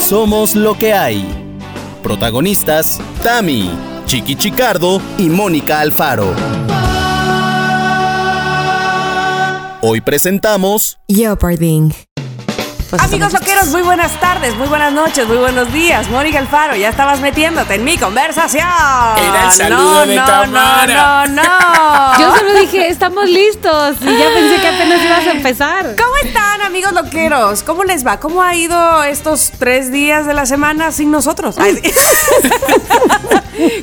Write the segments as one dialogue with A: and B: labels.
A: Somos lo que hay. Protagonistas, Tami, Chiqui Chicardo y Mónica Alfaro. Hoy presentamos
B: Jeoparding.
C: Pues,
D: Amigos loqueros, muy buenas tardes, muy buenas noches, muy buenos días. Mónica Alfaro, ya estabas metiéndote en mi conversación.
E: Era el saludo
D: no,
E: de
D: no,
E: Tamara.
D: No, no, no.
C: Yo solo dije, estamos listos. Y ya pensé que apenas ibas a empezar.
D: ¿Cómo están, amigos loqueros? ¿Cómo les va? ¿Cómo ha ido estos tres días de la semana sin nosotros? Ay, sí.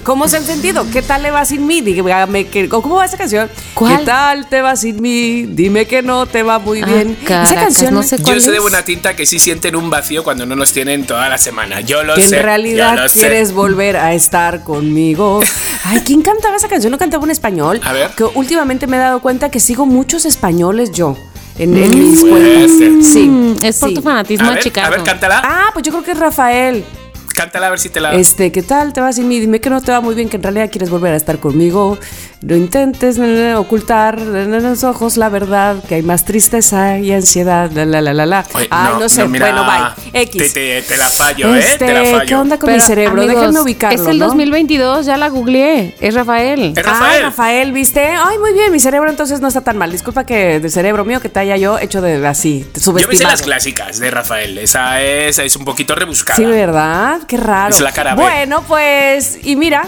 D: ¿Cómo se han sentido? ¿Qué tal le va sin mí? Dígame que. ¿Cómo va esa canción?
C: ¿Cuál?
D: ¿Qué tal te va sin mí? Dime que no te va muy
C: Ah,
D: bien. esa
C: caracas,
D: canción.
C: no sé
E: Yo
C: ¿Cuál
E: sé de
C: es?
E: buena tinta que sí sienten un vacío cuando no nos tienen toda la semana. Yo lo
D: que
E: sé.
D: en
E: yo
D: realidad
E: lo sé.
D: quieres volver a estar conmigo. Ay, ¿quién cantaba esa canción? ¿No cantaba un español?
E: A ver.
D: Que últimamente me he dado cuenta que sigo muchos españoles yo. En, en mis
E: Mm, Puede
D: cuentas.
E: ser.
D: Sí.
C: Mm, Es por
D: sí.
C: tu fanatismo
E: A
C: a,
E: ver, a
C: Chicago.
E: ver, cántala.
D: Ah, pues yo creo que es Rafael.
E: Cántala a ver si te la.
D: Este, ¿qué tal te va sin mí? Dime que no te va muy bien, que en realidad quieres volver a estar conmigo. No intentes na, na, na, ocultar en los ojos la verdad, que hay más tristeza y ansiedad. La, la, la, la, la.
E: Oye,
D: Ay, no, sé.
E: mira,
D: bueno, bye. X.
E: Te, te- te la fallo, ¿eh? Te la
D: Este,
E: fallo.
D: ¿Qué onda con mi
C: Pero,
D: cerebro?
C: amigos,
D: Déjenme ubicarlo.
C: Es el
D: ¿no?
C: 2022, ya la googleé. Es Rafael.
E: Es
D: Ah,
E: Rafael.
D: Rafael, ¿viste? Ay, muy bien, mi cerebro entonces no está tan mal. Disculpa que el cerebro mío que te haya yo hecho de así, te
E: Yo me hice
D: subestimado.
E: las clásicas de Rafael. Esa es, es un poquito rebuscada.
D: Sí, ¿verdad? Qué raro.
E: Es la cara B.
D: Bueno, pues, y mira,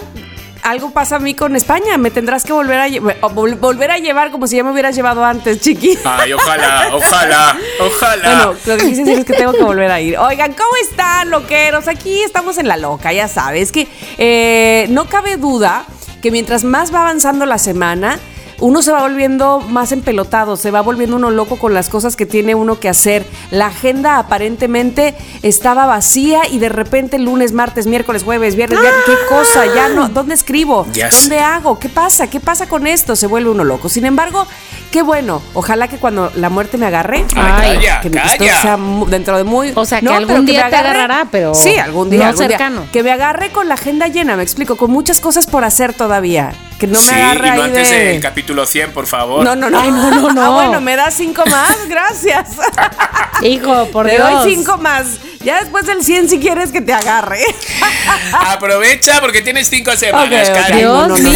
D: algo pasa a mí con España. Me tendrás que volver a, lle- o vol- volver a llevar como si ya me hubieras llevado antes, chiqui.
E: Ay, ojalá, ojalá, ojalá.
D: Bueno, lo que quise decir es que tengo que volver a ir. Oigan, ¿cómo están, loqueros? Aquí estamos en la loca, ya sabes. Que eh, no cabe duda que mientras más va avanzando la semana. Uno se va volviendo más empelotado, se va volviendo uno loco con las cosas que tiene uno que hacer. La agenda aparentemente estaba vacía y de repente lunes, martes, miércoles, jueves, viernes, viernes, qué cosa, ya no, ¿dónde escribo?
E: ¡Ah! Ya
D: ¿Dónde
E: sé.
D: hago? ¿Qué pasa? ¿Qué pasa con esto? Se vuelve uno loco. Sin embargo, qué bueno. Ojalá que cuando la muerte me agarre,
E: Ay, calla,
D: que mi
E: calla.
D: esto sea mu- dentro de muy.
C: O sea, que
D: No,
C: algún
D: pero
C: día
D: me
C: te agarrará, pero
D: Sí, algún día.
C: no
D: algún día.
C: cercano.
D: Que me agarre con la agenda llena, me explico, con muchas cosas por hacer todavía. Que no me
E: sí,
D: agarre
E: y no
D: ahí
E: antes
D: de-
E: del capítulo 100, por favor.
D: No, no, no.
C: Ay, no, no, no.
D: Ah, bueno, me da cinco más, gracias.
E: Eh,
C: Hijo, por
D: te
C: Dios.
D: doy cinco más. Ya después del 100 si quieres que te agarre.
E: Aprovecha porque tienes cinco semanas,
D: Ah. Ok, ok.
E: Karen.
D: no,
C: Dios
D: no, no.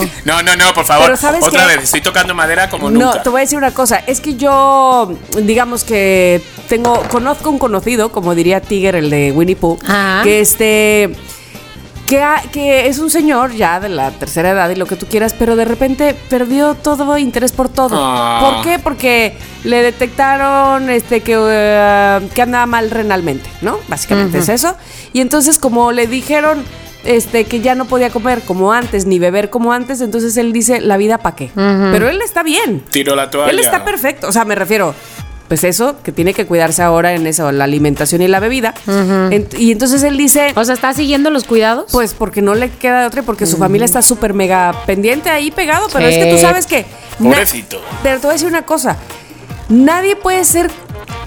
C: mío.
E: No, no, no, por favor.
D: Pero ¿sabes
E: Otra
D: qué?
E: vez, estoy tocando madera como
D: No,
E: nunca.
D: te voy a decir una cosa. Es que yo, digamos que tengo, conozco un conocido, como diría Tiger, el de Winnie Pooh,
C: Ah.
D: que este. Que, ha- que es un señor ya de la tercera edad y lo que tú quieras, pero de repente perdió todo interés por todo.
E: Ah.
D: ¿Por qué? Porque le detectaron este que, eh, que andaba mal renalmente, ¿no? Básicamente es eso. Y entonces como le dijeron este que ya no podía comer como antes ni beber como antes, entonces él dice, la vida para qué. Pero él está bien.
E: Tiro la toalla.
D: Él está perfecto, o sea, me refiero, pues eso, que tiene que cuidarse ahora en eso, la alimentación y la bebida. Ent- y entonces él dice,
C: O sea, ¿estás siguiendo los cuidados?
D: pues porque no le queda de otra, y porque su familia está súper mega pendiente ahí pegado, pero es que tú
C: Mm. Sí.
D: sabes que... na-
E: Pobrecito.
D: Pero te voy a decir una cosa, nadie puede ser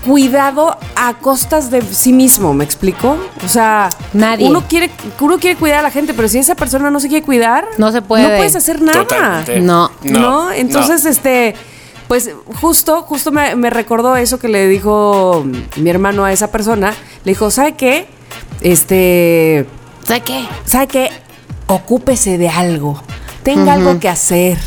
D: cuidado a costas de sí mismo, ¿me explico? O sea,
C: Nadie.
D: Uno quiere, uno quiere cuidar a la gente, pero si esa persona no se quiere cuidar,
C: No se puede.
D: No puedes hacer nada.
E: Totalmente.
C: No.
D: ¿no? Entonces, este, pues justo, justo me, me recordó eso que le dijo mi hermano a esa persona. Le dijo, ¿sabe qué? Este,
C: ¿Sabes qué?
D: ¿sabe qué? Ocúpese de algo, tenga algo que hacer.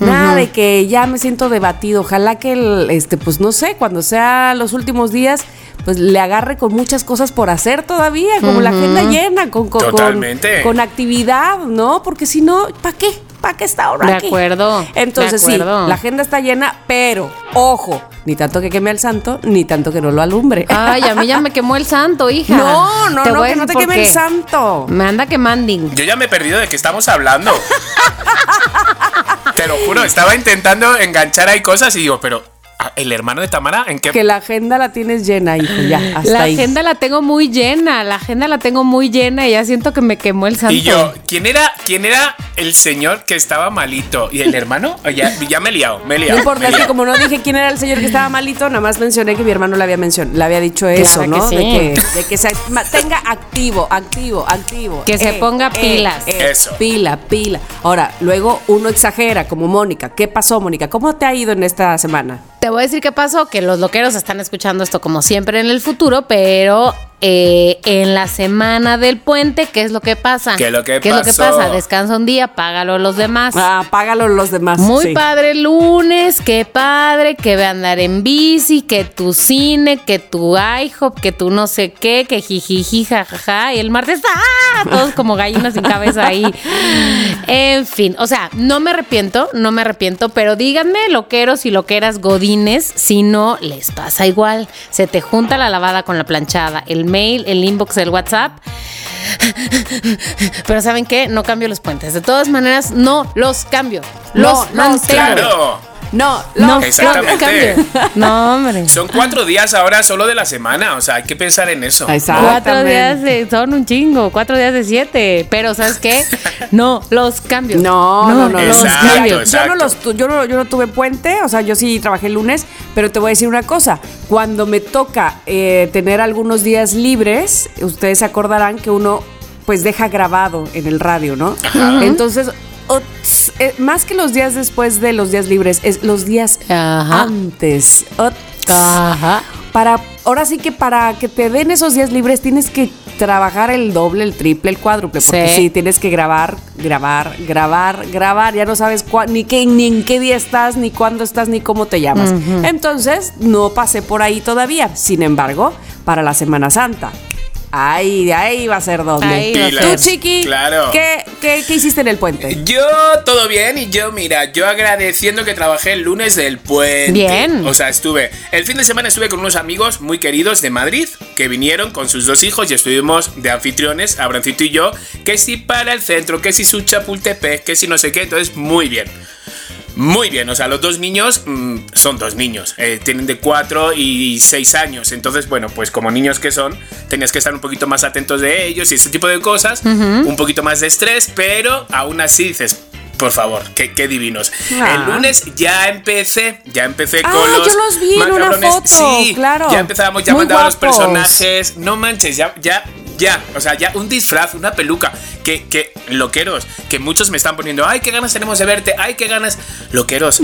D: Nada de que ya me siento debatido. Ojalá que, el, este, pues no sé, cuando sea los últimos días, pues le agarre con muchas cosas por hacer todavía, como la agenda llena, con, con, con-
E: Totalmente.
D: con actividad, ¿no? Porque si no, ¿para qué? ¿Para qué está ahora
C: De
D: aquí?
C: acuerdo,
D: Entonces
C: de acuerdo.
D: sí, la agenda está llena, pero ojo, ni tanto que queme al santo, ni tanto que no lo alumbre.
C: Ay, a mí ya me quemó el santo, hija.
D: No, no, no,
C: voy a
D: que no
C: decir
D: te
C: por
D: queme el
C: qué.
D: santo.
C: Me anda quemanding.
E: Yo ya me he perdido de qué estamos hablando. Te lo juro, estaba intentando enganchar ahí cosas y digo, pero ah, ¿el hermano de Tamara en qué?
D: Que la agenda la tienes llena, hijo, ya, hasta
C: La
D: ahí.
C: agenda la tengo muy llena, la agenda la tengo muy llena y ya siento que me quemó el santo.
E: Y yo, ¿quién era, ¿quién era el señor que estaba malito? ¿Y el hermano? Oh, Ya, ya me he liado, me he liado.
D: No
E: me
D: importa,
E: he
D: es que
E: liado.
D: como no dije quién era el señor que estaba malito, nada más mencioné que mi hermano le había mencionado, le había dicho eso,
C: que
D: ¿no?
C: sí.
D: De que, de que se mantenga activo, activo, activo. Eh,
C: Que se ponga pilas.
E: Eso.
D: Pila, pila. Ahora, luego uno exagera, como Mónica. ¿Qué pasó, Mónica? ¿Cómo te ha ido en esta semana?
C: Te voy a decir qué pasó, que los loqueros están escuchando esto como siempre en el futuro, pero eh, en la semana del puente, ¿qué es lo que pasa?
E: ¿Qué es lo que pasó?
C: pasa? Descansa un día, págalo a los demás.
D: Ah, págalo los demás.
C: Muy
D: sí.
C: padre el lunes, qué padre, que ve a andar en bici, que tu cine, que tu IHOP, que tu no sé qué, que jijiji, jajaja. Y el martes, ¡ah! Todos como gallinas sin cabeza ahí. En fin, o sea, no me arrepiento, no me arrepiento, pero díganme, loqueros y loqueras godines, si no les pasa igual. Se te junta la lavada con la planchada, el mail, el inbox, el WhatsApp. Pero ¿saben qué? No cambio los puentes. De todas maneras, no los cambio.
D: No,
C: Los
D: no,
C: mantengo.
E: Claro.
D: No,
C: No,
D: no,
C: los
E: Exactamente.
C: cambio. No, hombre.
E: Son cuatro días ahora solo de la semana. O sea, hay que pensar en eso.
C: Cuatro días de- son un chingo, cuatro días de siete. Pero ¿sabes qué? No los cambio.
D: No, no, no, no.
C: los
E: Exacto,
C: cambio.
E: exacto.
D: Yo no, los tu- yo, no, yo no tuve puente, o sea, yo sí trabajé el lunes, pero te voy a decir una cosa. Cuando me toca eh, tener algunos días libres, ustedes se acordarán que uno pues deja grabado en el radio, ¿no? Entonces, ots, eh, más que los días después de los días libres, es los días
C: Ajá.
D: antes. ots.
C: Ajá.
D: Para, ahora sí que para que te den esos días libres tienes que trabajar el doble, el triple, el cuádruple, porque sí,
C: Sí.
D: tienes que grabar, grabar, grabar, grabar, ya no sabes cua- ni qué ni en qué día estás, ni cuándo estás, ni cómo te llamas. Entonces, no pasé por ahí todavía. Sin embargo, para la Semana Santa, ahí ahí va a ser donde.
C: Ahí va a
D: Tú,
C: ser.
D: Chiqui,
E: Claro.
D: ¿qué, qué, qué hiciste en el puente?
E: Yo todo bien y yo mira, yo agradeciendo que trabajé el lunes del puente.
C: Bien.
E: O sea, estuve el fin de semana estuve con unos amigos muy queridos de Madrid que vinieron con sus dos hijos y estuvimos de anfitriones, Abrancito y yo, que si para el centro, que si su Chapultepec, que si no sé qué, entonces muy bien. Muy bien, o sea, los dos niños mm, son dos niños, eh, tienen de 4 y 6 años, entonces, bueno, pues como niños que son, tenías que estar un poquito más atentos de ellos y ese tipo de cosas, un poquito más de estrés, pero aún así dices, por favor, qué, qué divinos.
D: Ah.
E: El lunes ya empecé, ya empecé
D: Ah,
E: con los...
D: yo los vi en una
E: macabrones.
D: foto,
E: sí,
D: claro.
E: Ya empezábamos, ya
D: Muy
E: mandaba los
D: guapos.
E: personajes, no manches, ya, ya, ya, o sea, ya un disfraz, una peluca, que, que, loqueros, que muchos me están poniendo, ay, qué ganas tenemos de verte, ay, qué ganas, loqueros,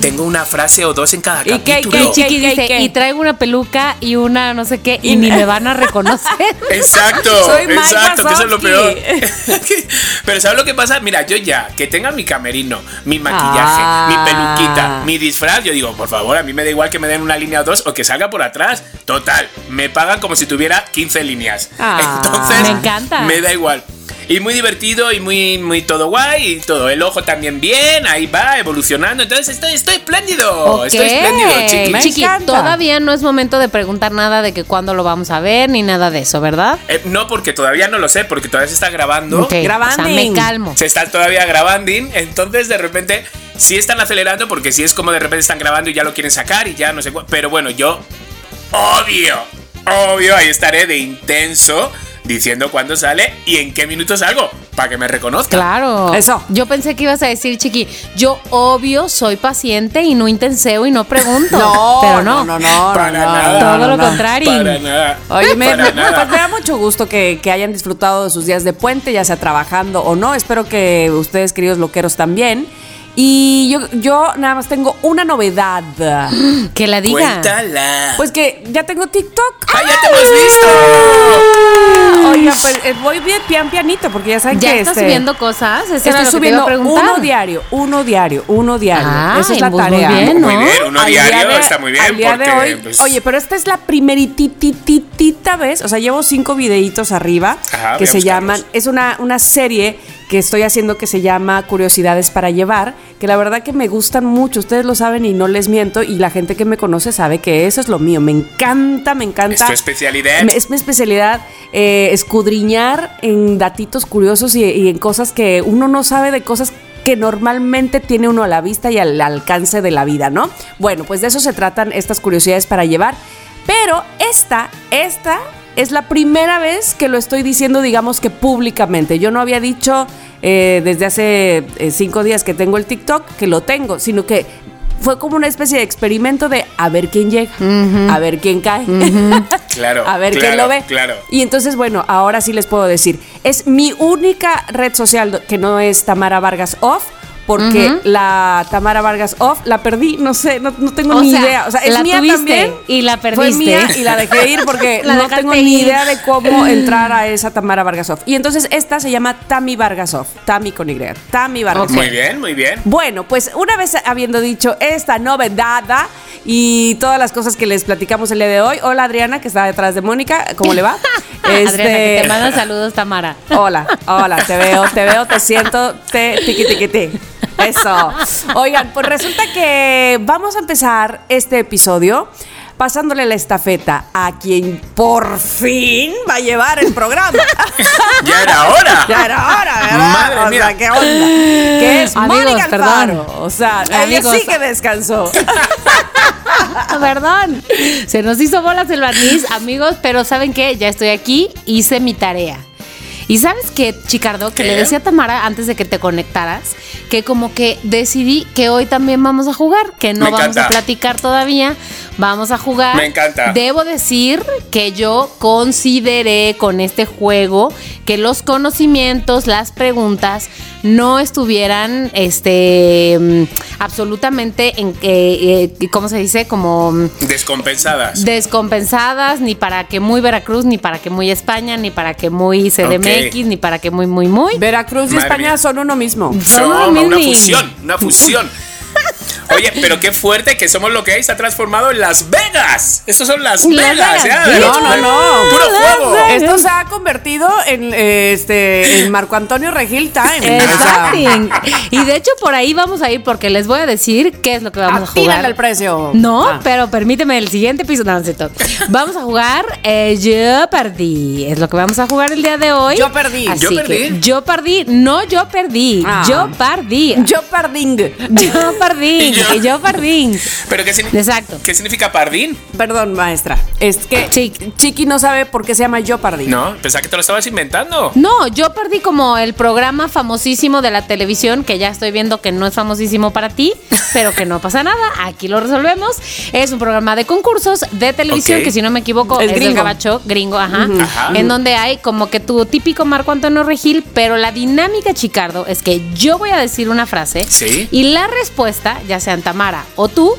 E: tengo una frase o dos en cada
D: ¿Y qué, y qué,
E: capítulo.
D: y qué?
C: Chiqui dice, y traigo una peluca y una no sé qué, y ni me van a reconocer.
E: Exacto,
D: Soy Mike
E: exacto, que eso es lo
D: Wazowski.
E: peor. Pero ¿sabes lo que pasa? Mira, yo ya, que tenga mi camerino, mi maquillaje,
D: Ah.
E: mi peluquita, mi disfraz, yo digo, por favor, a mí me da igual que me den una línea o dos o que salga por atrás. Total, me pagan como si tuviera 15 líneas.
D: Ah,
E: Entonces,
C: me encanta.
E: Me da igual. Y muy divertido y muy, muy todo guay y todo. El ojo también bien, ahí va, evolucionando. Entonces estoy, estoy espléndido.
C: Ok.
E: Estoy espléndido, chiqui.
D: Me
C: Oh, Chiqui,
D: encanta.
C: todavía no es momento de preguntar nada de que cuándo lo vamos a ver ni nada de eso, ¿verdad?
E: Eh, no, porque todavía no lo sé, porque todavía se está grabando.
C: Ok, o sea,
D: Grabando.
C: me calmo.
E: se está todavía grabando, entonces de repente sí están acelerando porque sí es como de repente están grabando y ya lo quieren sacar y ya no sé cuál. Pero bueno, yo obvio, obvio, ahí estaré de intenso diciendo cuándo sale y en qué minuto salgo para que me reconozcan.
C: Claro.
D: Eso.
C: Yo pensé que ibas a decir, Chiqui, yo obvio soy paciente y no intenseo y no pregunto. pero
D: no,
C: no.
D: no, no,
E: Para
D: no, no,
E: nada.
C: Todo
D: no,
C: lo
D: no.
C: contrario.
E: Para nada.
D: Oye, me,
E: para
D: me-
E: nada.
D: pues me da mucho gusto que, que hayan disfrutado de sus días de puente, ya sea trabajando o no. Espero que ustedes, queridos loqueros, también. Y yo, yo nada más tengo una novedad.
C: Que la diga.
E: Cuéntala.
D: Pues que ya tengo TikTok.
E: ¡Ah, ya te hemos visto!
D: Oiga, pues eh, voy bien pian pianito, porque ya saben
C: ¿Ya
D: que
C: estás
D: este,
C: subiendo cosas? Eso era
D: Estoy
C: lo que te iba
D: subiendo
C: a preguntar.
D: uno diario, uno diario, uno diario.
C: Ah,
D: Esa es la
C: pues muy
D: tarea.
C: bien, ¿no?
E: Muy bien, uno
D: Al día
E: diario
D: de-
E: está muy bien.
D: al día de
E: porque,
D: hoy-
E: pues,
D: Oye, pero esta es la primeritititita vez. O sea, llevo cinco videitos arriba
E: Ajá,
D: que
E: voy a
D: se
E: buscarlos.
D: llaman. Es una, una serie que estoy haciendo que se llama Curiosidades para llevar, que la verdad que me gustan mucho. Ustedes lo saben y no les miento. Y la gente que me conoce sabe que eso es lo mío. Me encanta, me encanta.
E: Es tu especialidad.
D: Me- Es mi especialidad eh, escudriñar en datitos curiosos y, y en cosas que uno no sabe de cosas que normalmente tiene uno a la vista y al alcance de la vida, ¿no? Bueno, pues de eso se tratan estas curiosidades para llevar. Pero esta, esta es la primera vez que lo estoy diciendo, digamos que públicamente. Yo no había dicho eh, desde hace eh, cinco días que tengo el TikTok, que lo tengo, sino que fue como una especie de experimento de a ver quién llega, a ver quién cae.
E: Claro,
D: A ver quién
E: claro,
D: lo ve.
E: claro.
D: Y entonces, bueno, ahora sí les puedo decir, es mi única red social do- que no es Tamara Vargas Off. porque la Tamara Vargas off la perdí, no sé, no, no tengo
C: O
D: ni
C: sea,
D: idea. O sea, es
C: la
D: mía
C: tuviste
D: también.
C: y la
D: Fue
C: perdiste.
D: mía y la dejé ir porque
C: La
D: no
C: dejaste
D: tengo ni
C: ir.
D: idea de cómo entrar a esa Tamara Vargas off. Y entonces esta se llama Tami Vargas off, Tami con Y, Tami Vargas off.
E: Muy bien, muy bien.
D: Bueno, pues una vez habiendo dicho esta novedada y todas las cosas que les platicamos el día de hoy, hola Adriana que está detrás de Mónica, ¿cómo le va?
C: Adriana, que te manda saludos, Tamara.
D: Este, Hola, hola, te veo, te veo, te siento, te tiqui tiqui ti. Eso. Oigan, pues resulta que vamos a empezar este episodio pasándole la estafeta a quien por fin va a llevar el programa.
E: Ya era hora.
D: Ya era hora, ¿verdad?
E: Madre
D: o
E: mía.
D: sea, qué onda. Que es
C: Amigos,
D: Mónica
C: perdón.
D: Alfaro. O sea, ella
C: Amigos.
D: sí que descansó.
C: Ah, Perdón. Se nos hizo bolas el barniz, amigos, pero ¿saben qué? Ya estoy aquí, hice mi tarea. Y sabes qué, Chicardo, que
E: ¿Qué?
C: le decía a Tamara antes de que te conectaras, que como que decidí que hoy también vamos a jugar, que no
E: Me
C: vamos
E: encanta.
C: a platicar todavía, vamos a jugar.
E: Me encanta.
C: Debo decir que yo consideré con este juego que los conocimientos, las preguntas, no estuvieran este mm, absolutamente en que, eh, ¿cómo se dice? Como mm,
E: Descompensadas.
C: descompensadas, ni para que muy Veracruz, ni para que muy España, ni para que muy CDMX,
E: Ok.
C: ni para que muy, muy, muy.
D: Veracruz y
E: Madre
D: España
E: mía.
D: son uno mismo.
C: Son
E: Toma,
C: lo
E: una
C: mismo.
E: fusión, una fusión. Oye, pero qué fuerte que somos lo que hay, se ha transformado en Las Vegas. Estos son Las
C: Las
E: Vegas. ¿eh?
C: Vegas.
E: ya,
C: No,
E: de los-
D: no, no.
E: Puro juego.
D: Esto se ha convertido en eh, este en Marco Antonio Regil Time. O sea,
C: Exacting. Y de hecho por ahí vamos a ir porque les voy a decir qué es lo que vamos a
D: atírale
C: jugar.
D: al precio.
C: No,
D: Ah.
C: pero permíteme el siguiente piso. No, no es cierto. Vamos a jugar eh, Yo Perdí. Es lo que vamos a jugar el día de hoy.
D: Yo perdí.
C: Así
E: Yo
C: que,
E: perdí.
C: yo perdí. No, yo perdí.
D: Ah.
C: Yo perdí.
D: Yo perdí.
C: Yo perdí.
E: Y yo-
C: y yo perdí.
E: Pero qué, signi-
C: Exacto.
E: ¿qué significa pardín?
D: Perdón, maestra. Es que
C: Chiqui.
D: Chiqui no sabe por qué se llama Yo perdí.
E: No, pensaba que te lo estabas inventando.
C: No, yo perdí como el programa famosísimo de la televisión, que ya estoy viendo que no es famosísimo para ti, pero que no pasa nada, aquí lo resolvemos. Es un programa de concursos de televisión,
E: Ok.
C: que si no me equivoco
D: El
C: es del
D: gringo.
C: gabacho, gringo, ajá,
E: Ajá.
C: en donde hay como que tu típico Marco Antonio Regil, pero la dinámica, Chicardo, es que yo voy a decir una frase
E: Sí.
C: y la respuesta, ya sean Tamara o tú,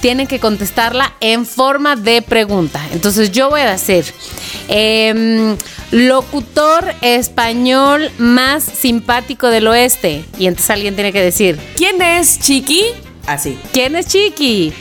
C: tienen que contestarla en forma de pregunta. Entonces yo voy a decir, em, locutor español más simpático del oeste. Y entonces alguien tiene que decir,
D: ¿Quién es Chiqui? Así.
C: ¿quién es Chiqui?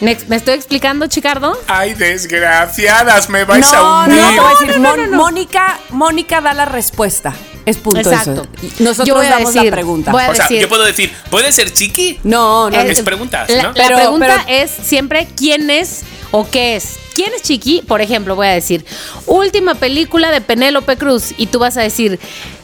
C: ¿Me, ex- me estoy explicando, Chicardo?
E: Ay, desgraciadas, me vais a
D: No, no,
E: hundir.
D: no, te voy a decir,
C: No, no,
D: Mon-
C: no, no.
D: Mónica, Mónica da la respuesta. Es punto
C: Exacto.
D: eso. Y Nosotros
C: Yo voy a
D: damos
C: decir,
D: la pregunta.
C: voy a
E: o sea,
C: decir-
E: yo puedo decir, ¿puede ser chiqui?
D: No, no,
C: Eh,
D: no.
E: Es preguntas,
C: La,
E: ¿no?
C: la
D: Pero-
C: pregunta
D: pero-
C: es siempre quién es o qué es. ¿Quién es Chiqui? Por ejemplo, voy a decir, última película de Penélope Cruz. Y tú vas a decir,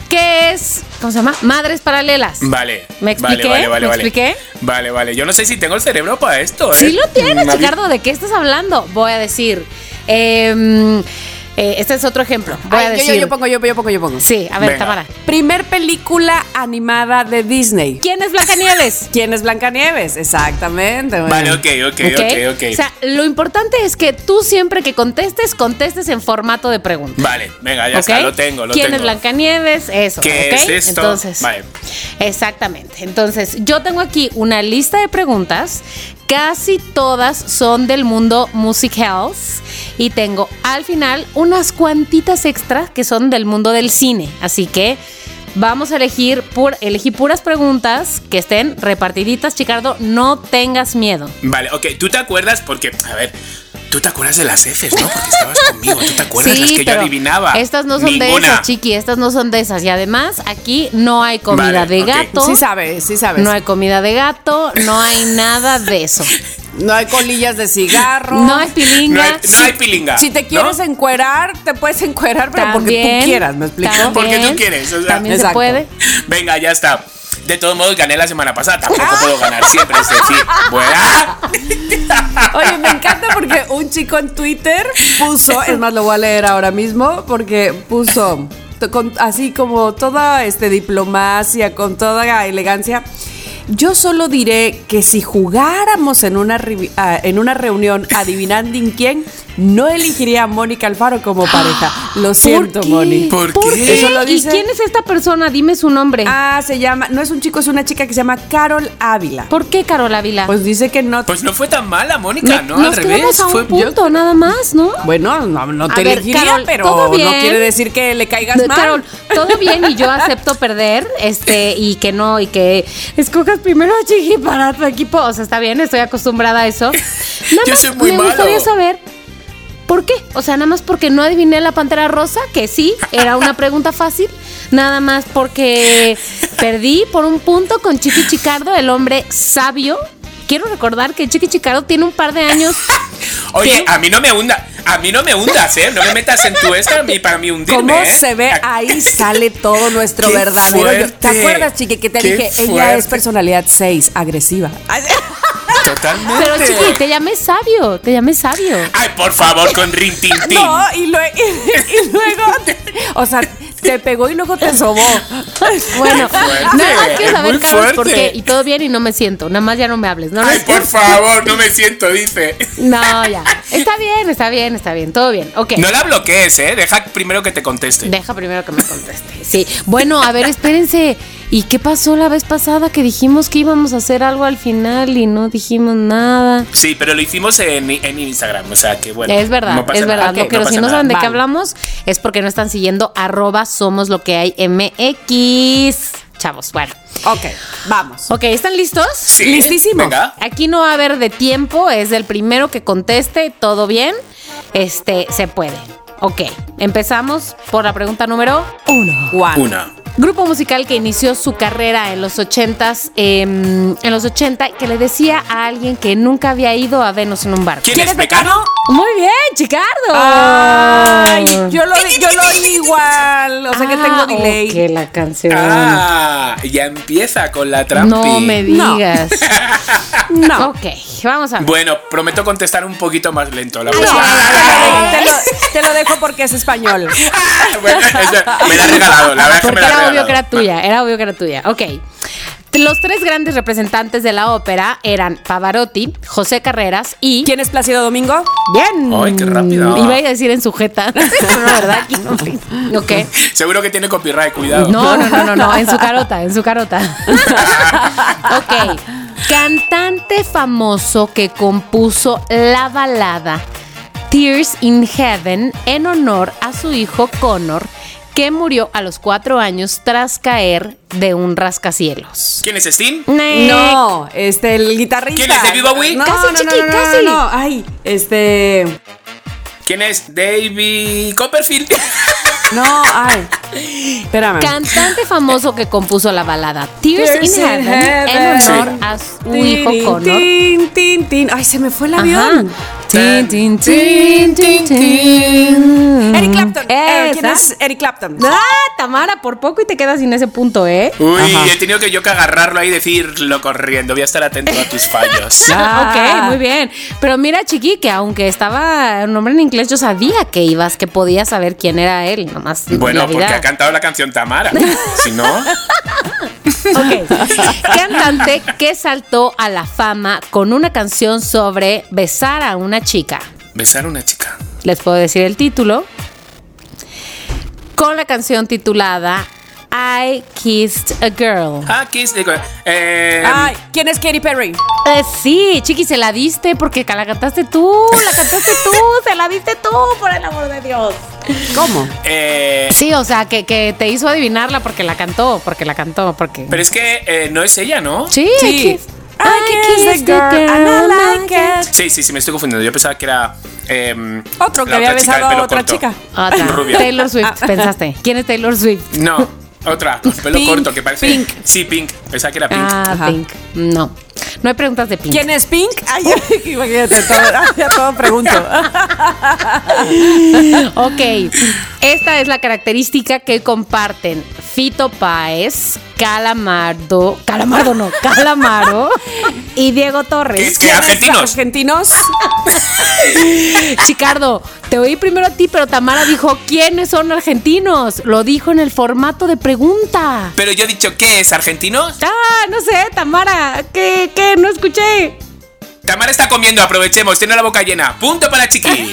C: ¿qué es? ¿Cómo se llama? Madres Paralelas.
E: Vale.
C: ¿Me expliqué?
E: Vale, vale, vale.
C: ¿Me
E: vale.
C: expliqué?
E: Vale, vale. Yo no sé si tengo el cerebro para esto, ¿eh?
C: Si lo tienes,
E: Mm, a mí-
C: Ricardo, ¿de qué estás hablando? Voy a decir, em, eh, este es otro ejemplo. Voy
D: Ay,
C: a
D: yo-
C: decir,
D: yo, yo pongo, yo, yo pongo, yo pongo.
C: sí, a ver,
E: Venga.
C: Tamara.
D: Primer película animada de Disney.
C: ¿Quién es Blancanieves?
D: ¿Quién es Blancanieves? Exactamente. muy
E: Vale,
D: bien.
E: ok, ok, ok, ok.
C: O sea, lo importante es que tú siempre que contestes, contestes en formato de pregunta.
E: vale, venga, ya está,
C: ¿Ok?
E: lo tengo, lo
C: ¿Quién
E: tengo.
C: es Blancanieves? Eso.
E: ¿Qué
C: ¿ok?
E: es esto?
C: Entonces,
E: Vale.
C: Exactamente. Entonces, yo tengo aquí una lista de preguntas. Casi todas son del mundo music health. Y tengo al final unas cuantitas extras que son del mundo del cine. Así que. Vamos a elegir pur- elegí puras preguntas que estén repartiditas, Chicardo. No tengas miedo.
E: Vale, ok, tú te acuerdas porque, a ver, tú te acuerdas de las Fs, ¿no? Porque estabas conmigo, tú te acuerdas las que yo
C: pero
E: adivinaba.
C: Estas no son de
E: Ninguna.
C: esas, Chiqui. Estas no son de esas. Y además, aquí no hay comida
E: Vale,
C: de
E: ok.
C: gato.
D: Sí sabes, sí sabes.
C: No hay comida de gato, no hay nada de eso.
D: No hay colillas de cigarro.
C: No hay
E: No
C: pilinga.
E: hay, no hay pilinga.
D: Si te
E: ¿no?
D: quieres encuerar, te puedes encuerar, pero porque
C: También,
D: tú quieras, ¿me explico?
C: también,
E: Porque tú quieres, o sea.
C: también se
D: Exacto.
C: puede.
E: Venga, ya está. De todos modos, gané la semana pasada. Tampoco puedo ganar siempre, es decir, ah, ¡buena!
D: Oye, me encanta porque un chico en Twitter puso, es más, lo voy a leer ahora mismo, porque puso to- con- así como toda este diplomacia, con toda elegancia. Yo solo diré que si jugáramos en una, rivi- ah, en una reunión adivinando en quién, no elegiría a Mónica Alfaro como pareja. Lo siento,
C: qué?
D: Moni.
E: ¿Por qué?
D: Eso lo
C: ¿Y
D: dice-
C: quién es esta persona? Dime su nombre.
D: Ah, se llama, no es un chico, es una chica que se llama Carol Ávila.
C: ¿Por qué Carol Ávila?
D: Pues dice que no.
E: Pues no fue tan mala, Mónica,
C: Me-
E: ¿no? Al
C: nos quedamos
E: revés.
C: a un
E: Fue
C: punto nada más, ¿no?
D: Bueno, no, no
C: A
D: te
C: ver,
D: elegiría,
C: Carol,
D: pero
C: ¿todo
D: no
C: bien?
D: quiere decir que le caigas
C: De-
D: mal.
C: Pues, Carol, todo bien y yo acepto perder, este, y que no, y que escojas primero a Chiqui para tu equipo. O sea, está bien, estoy acostumbrada a eso. Nada
E: Yo
C: más
E: soy muy
C: me
E: malo.
C: gustaría saber por qué. O sea, nada más porque no adiviné la pantera rosa, que sí, era una pregunta fácil. Nada más porque perdí por un punto con Chiqui Chicardo, el hombre sabio. Quiero recordar que Chiqui Chicardo tiene un par de años.
E: Oye, a mí no me hunda, a mí no me hundas, ¿eh? No me metas en tu esta ni para mí hundirme.
D: ¿Cómo
E: ¿eh?
D: se ve? Ahí sale todo nuestro
E: Qué
D: verdadero. yo. ¿Te
E: fuerte.
D: acuerdas, chique, que te
E: Qué
D: dije? Ella es
E: fuerte.
D: personalidad 6, agresiva.
E: Totalmente.
C: Pero Chiqui, te llamé sabio, te llamé sabio.
E: Ay, por favor, con Rin Tin Tin.
D: No, y, lue- y- y luego, o sea, te pegó y luego te sobó.
C: Bueno,
E: Qué fuerte,
C: nada más quiero saber,
E: muy
C: Carlos, por
E: fuerte.
C: qué. Y todo bien y no me siento. Nada más ya no me hables. No, no,
E: Ay, por favor, no me siento, dice.
C: no, ya. Está bien, está bien, está bien. Todo bien. Ok.
E: No la bloquees, ¿eh? Deja primero que te conteste.
C: Deja primero que me conteste. Sí. Bueno, a ver, espérense. ¿Y qué pasó la vez pasada que dijimos que íbamos a hacer algo al final y no dijimos nada?
E: Sí, pero lo hicimos en, en Instagram, o sea que bueno.
C: es verdad,
E: no pasa
C: es
E: nada.
C: verdad.
E: Ok,
C: no, pero
E: pasa
C: si no
E: nada.
C: saben de
D: Vale.
C: qué hablamos, es porque no están siguiendo arroba somos lo que hay MX. Chavos, bueno.
D: Ok, vamos.
C: Ok, ¿están listos?
E: Sí,
D: Listísimo.
E: Venga.
C: Aquí no va a haber de tiempo, es el primero que conteste, todo bien, este, se puede. Ok, empezamos por la pregunta número uno.
D: Juan.
E: Una.
C: Grupo musical que inició su carrera en los 80s, em, en los 80, que le decía a alguien que nunca había ido a Venus en un barco.
E: ¿Quién es Mecano?
C: Muy bien, Chicardo.
D: Ay, yo lo, yo lo oí igual. O sea que tengo
C: Ah,
D: delay.
C: ok, la canción.
E: Ah, ya empieza con la trampi.
C: no me
D: No.
C: digas.
D: No.
C: Ok, vamos a ver.
E: Bueno, prometo contestar un poquito más lento la
D: No,
E: próxima.
D: Te, lo, te lo dejo porque es español.
E: Bueno, eso, me la has regalado, la verdad es que
C: Ah, Porque
E: me la has
C: era obvio
E: regalado.
C: que era tuya, era obvio que era tuya. Ok. Los tres grandes representantes de la ópera eran Pavarotti, José Carreras y.
D: ¿Quién es Plácido Domingo?
C: ¡Bien!
E: Ay, qué rápido.
C: Iba a decir en sujeta. Pero no, ¿verdad? Aquí no. Ok.
E: Seguro que tiene copyright, cuidado.
C: No, no, no, no, no, en su carota, en su carota. ok. Cantante famoso que compuso la balada Tears in Heaven en honor a su hijo Connor, que murió a los cuatro años tras caer de un rascacielos.
E: ¿Quién es Steam?
C: Mm.
D: Eh, No, este, el guitarrista.
E: ¿Quién es David Bowie?
D: No,
C: Casi,
D: no, no,
C: chiqui,
D: no, no,
C: casi.
D: no, no. Ay, este.
E: ¿Quién es David Copperfield?
D: No, ay. Espérame.
C: Cantante famoso que compuso la balada Tears, in, Heaven, en honor a su hijo
D: Tin,
C: Connor.
D: Tin, tin, tin. Ay, se me fue el
C: Ajá.
D: avión.
C: Tin, tin, tin, tin, tin.
D: Eric Clapton. Eh, ¿Quién
C: Esa.
D: es Eric Clapton?
C: Ah, Tamara, por poco y te quedas sin ese punto, ¿eh?
E: Uy,
D: Ajá.
E: he tenido que yo que agarrarlo ahí y decirlo corriendo. Voy a estar atento a tus fallos.
D: Ah.
C: Ok, muy bien. Pero mira, Chiqui, que aunque estaba un nombre en inglés, yo sabía que ibas, que podías saber quién era él, nomás. la
E: Bueno, porque
C: vida.
E: ha cantado la canción Tamara. Si no,
C: Ok. Cantante que saltó a la fama con una canción sobre besar a una chica.
E: besar a una chica.
C: Les puedo decir el título. Con la canción titulada I Kissed a Girl.
E: Ah, Kiss. digo, eh,
D: Ay, ¿quién es Katy Perry?
C: Eh, sí, chiqui, se la diste porque la cantaste tú, la cantaste tú, se la diste tú, por el amor de Dios.
D: ¿Cómo?
E: eh,
C: Sí, o sea, que, que te hizo adivinarla porque la cantó, porque la cantó, porque...
E: pero es que eh, no es ella, ¿no?
C: sí, I
D: Sí.
C: kissed-
D: I kissed a girl and I like it.
E: Sí, sí, sí, me estoy confundiendo. Yo pensaba que era. em,
D: Otro que
E: la
D: había
E: otra chica de
D: besado a
E: pelo
D: otra
E: corto.
D: chica.
C: Otra.
E: Rubia.
C: Ah, Taylor Swift,
D: Ah.
C: pensaste. ¿Quién es Taylor Swift?
E: No, otra, con pelo
D: Pink,
E: corto, que parece.
D: Pink.
E: Sí, Pink. Pensaba que era Pink.
C: Ah,
D: Ajá.
C: Pink. No. No hay preguntas de Pink.
D: ¿Quién es Pink? Ay, imagínate, todo, ya todo pregunto.
C: Ok, esta es la característica que comparten Fito Páez, Calamardo, Calamardo no, Calamaro y Diego
E: ¿Qué es
C: Torres.
E: que argentinos?
D: Argentinos.
C: Chicardo, te oí primero a ti, pero Tamara dijo, ¿quiénes son argentinos? Lo dijo en el formato de pregunta.
E: Pero yo he dicho, ¿qué es argentino?
C: Ah, no sé, Tamara, ¿qué, qué? No escuché.
E: Tamara está comiendo, aprovechemos, tiene la boca llena. Punto para Chiqui.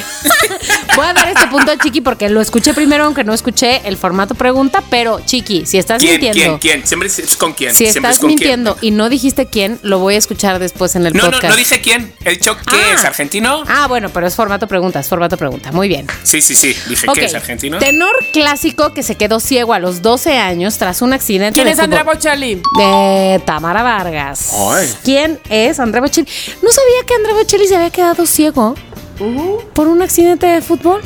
C: Voy a dar este punto a Chiqui porque lo escuché primero, aunque no escuché el formato pregunta, pero Chiqui, si estás
E: ¿Quién,
C: mintiendo,
E: quién, quién? Siempre es con quién.
C: si
E: siempre es
C: estás
E: con quién.
C: mintiendo y no dijiste quién, lo voy a escuchar después en el
E: No, no,
C: podcast.
E: no dije quién. ¿El choc qué
C: Ah.
E: es? ¿Argentino?
C: Ah, bueno, pero es formato pregunta, es formato pregunta. Muy bien.
E: Sí, sí, sí. Dije
C: Ok.
E: que es argentino.
C: Tenor clásico que se quedó ciego a los 12 años tras un accidente.
D: ¿Quién
C: de
D: es Andrea
C: fútbol.
D: Bocelli?
C: De Tamara Vargas.
E: Ay.
C: ¿Quién es Andrea Bocelli? No sabía que Andrea Bocelli se había quedado ciego
E: Uh-huh.
C: por un accidente de fútbol.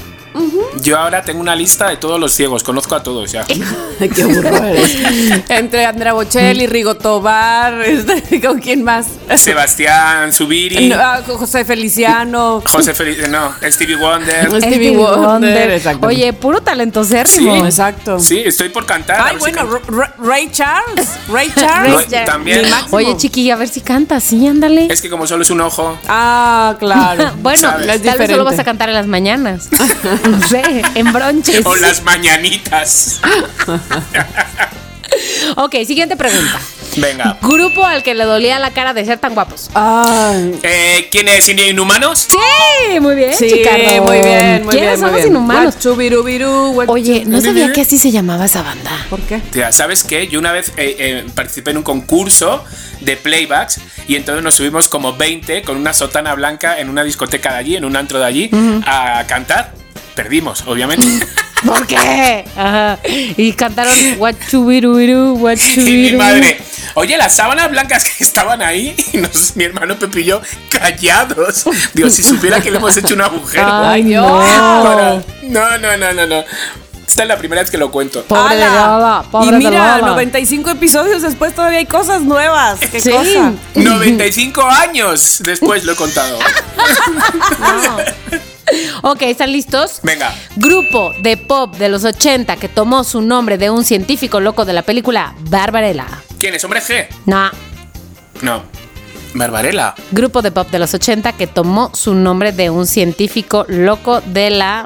E: Yo ahora tengo una lista de todos los ciegos, conozco a todos ya.
C: Eh,
D: Qué burro eres. Entre Andrea
C: Mm.
D: Bocelli, Rigo Tobar, este, ¿con quién más?
E: Sebastián Zubiri,
D: No, ah, José Feliciano.
E: José Feliz, eh, no, Stevie Wonder.
D: Stevie Wonder, exacto.
C: Oye, puro talentosérrimo.
E: Sí.
D: Exacto.
E: Sí, estoy por cantar. a
D: Ay,
E: ver si
D: bueno,
E: canto.
D: Ra- Ra- Ray Charles. Ray Charles.
E: Ray- también.
D: Mi máximo.
C: Oye, chiquilla, a ver si canta. Sí, ándale.
E: es que como solo es un ojo.
D: Ah, claro.
C: bueno,
E: sabes.
C: tal
D: Es
C: vez solo
D: diferente.
C: vas a cantar en las mañanas. no sé, en bronches.
E: O las mañanitas.
C: Ah. Ok, siguiente pregunta.
E: Venga.
C: Grupo al que le dolía la cara de ser tan guapos.
D: Ay.
E: Eh, ¿Quién es India Inhumanos?
C: Sí, muy bien,
D: Sí,
C: Chicardo.
D: muy bien, muy bien.
C: ¿Quiénes
D: muy
C: somos
D: bien.
C: inhumanos?
D: What chubirubiru, what
C: Oye, no
E: Ni, ni,
C: sabía
E: ni.
C: que así se llamaba esa banda.
D: ¿Por qué?
E: Tía, ¿sabes qué? Yo una vez eh, eh, participé en un concurso de playbacks y entonces nos subimos como 20 con una sotana blanca en una discoteca de allí, en un antro de allí, a cantar. Perdimos, obviamente.
C: ¿Por qué? Ajá. Y cantaron Guachubirubiru,
E: y mi
C: Guachubiru.
E: madre, oye, las sábanas blancas que estaban ahí, y nos- mi hermano Pepe y yo callados. Dios, si supiera que le hemos hecho un agujero.
C: Ay, Dios.
E: Para- No, no, no, no, no. Esta es la primera vez que lo cuento.
C: Pobre de
D: ¡Hala!
C: Lola, pobre
D: y
C: de
D: mira,
C: Lola.
D: 95 episodios después todavía hay cosas nuevas. ¿Qué
C: Sí.
D: cosa?
E: 95 años después lo he contado.
C: Ok, ¿están listos?
E: Venga.
C: Grupo de pop de los 80 que tomó su nombre de un científico loco de la película Barbarella.
E: ¿Quién es? ¿Hombre G?
C: No.
E: No. Barbarella.
C: Grupo de pop de los 80 que tomó su nombre de un científico loco de la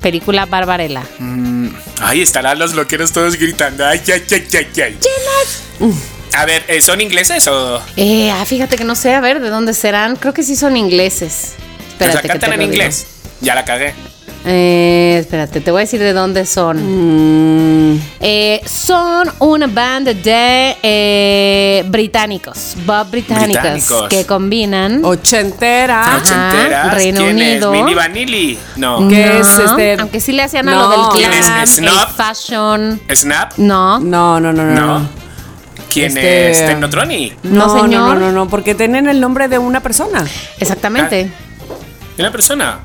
C: película Barbarella.
E: Mm. Ahí estarán los loqueros todos gritando. Ay, ay, ay, ay, ay. A ver, eh, ¿son ingleses o.?
C: Eh, ah, fíjate que no sé, a ver, ¿de dónde serán? Creo que sí son ingleses.
E: Pues la
C: Espérate que
E: cantan
C: te
E: en
C: lo digo.
E: inglés. Ya la cagué.
C: Eh, espérate, te voy a decir de dónde
E: Mm.
C: son. Eh, son una banda de eh, británicos, Bob británicos,
E: Británicos.
C: que combinan.
D: Ochentera.
C: Ajá,
E: Ochenteras.
C: Reino
E: ¿Quién
C: Unido. Mm.
E: es? Mini Vanilli. No.
D: ¿Qué es
C: No,
D: este?
C: Aunque sí le hacían a
D: No,
C: lo del
D: ¿quién
E: es?
C: glam, el
E: ¿Snob?
C: fashion.
E: ¿Snap?
C: No, no,
D: No, no, no, no.
E: No.
D: no.
E: ¿Quién
D: Este-
C: um,
E: es Technotronic?
C: señor.
D: No, no, no, no, porque tienen el nombre de una persona.
C: Exactamente.
E: ¿Una persona?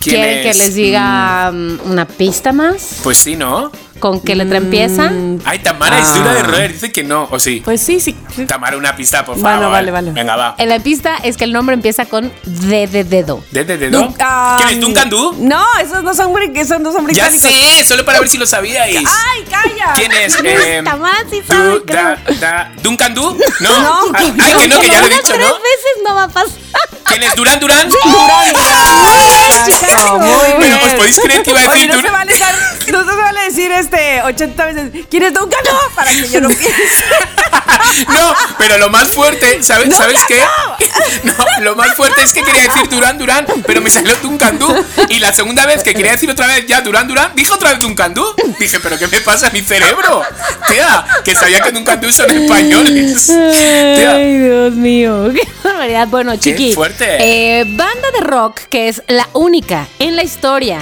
E: ¿Quién
C: ¿Quieren que
E: es?
C: les diga mm, una pista más?
E: Pues sí, ¿no?
C: ¿Con qué letra empieza?
E: Ay, Tamara es
D: Ah.
E: dura de roer. Dice que no, o sí.
D: Pues sí, sí.
E: Tamara, una pista, por favor.
D: Bueno, vale, vale.
E: Venga, va.
C: En la pista es que el nombre empieza con D de dedo.
E: ¿Desde de
D: Du-
E: dónde?
D: ah,
E: ¿Quién es Duncan
D: No, esos no son, bri- esos no son
E: Ya
D: británicos.
E: sé, solo para ver si lo sabíais.
D: ¡Ay, calla!
E: ¿Quién es? Em,
C: No, Tamara sí sabe,
E: du- da- da- ¿Duncan Du? No.
D: No,
E: Ah, Ay, que no, que ya lo he
C: Unas
E: dicho,
C: tres
E: ¿no?
C: veces no va a pasar.
E: ¿Quién es Durán Durán?
D: Exacto, muy
E: Bueno,
D: bien.
E: pues podéis creer que iba a
D: Oye,
E: decir
D: no se
E: Durán.
D: vale estar, no se vale decir este 80 veces. ¿Quién es Duncan? No, para que yo no piense.
E: No, pero lo más fuerte, ¿sabes, ¿sabes qué? No, lo más fuerte es que quería decir Durán Durán, pero me salió Duncan Du. Y la segunda vez que quería decir otra vez ya Durán Durán, dije otra vez Duncan Du. Dije, ¿pero qué me pasa a mi cerebro? Tía, que sabía que Duncan Du son españoles. Tía,
C: Ay, Dios mío. Qué barbaridad. Bueno, chiqui.
E: fuerte.
C: eh, banda de rock que es la única en la historia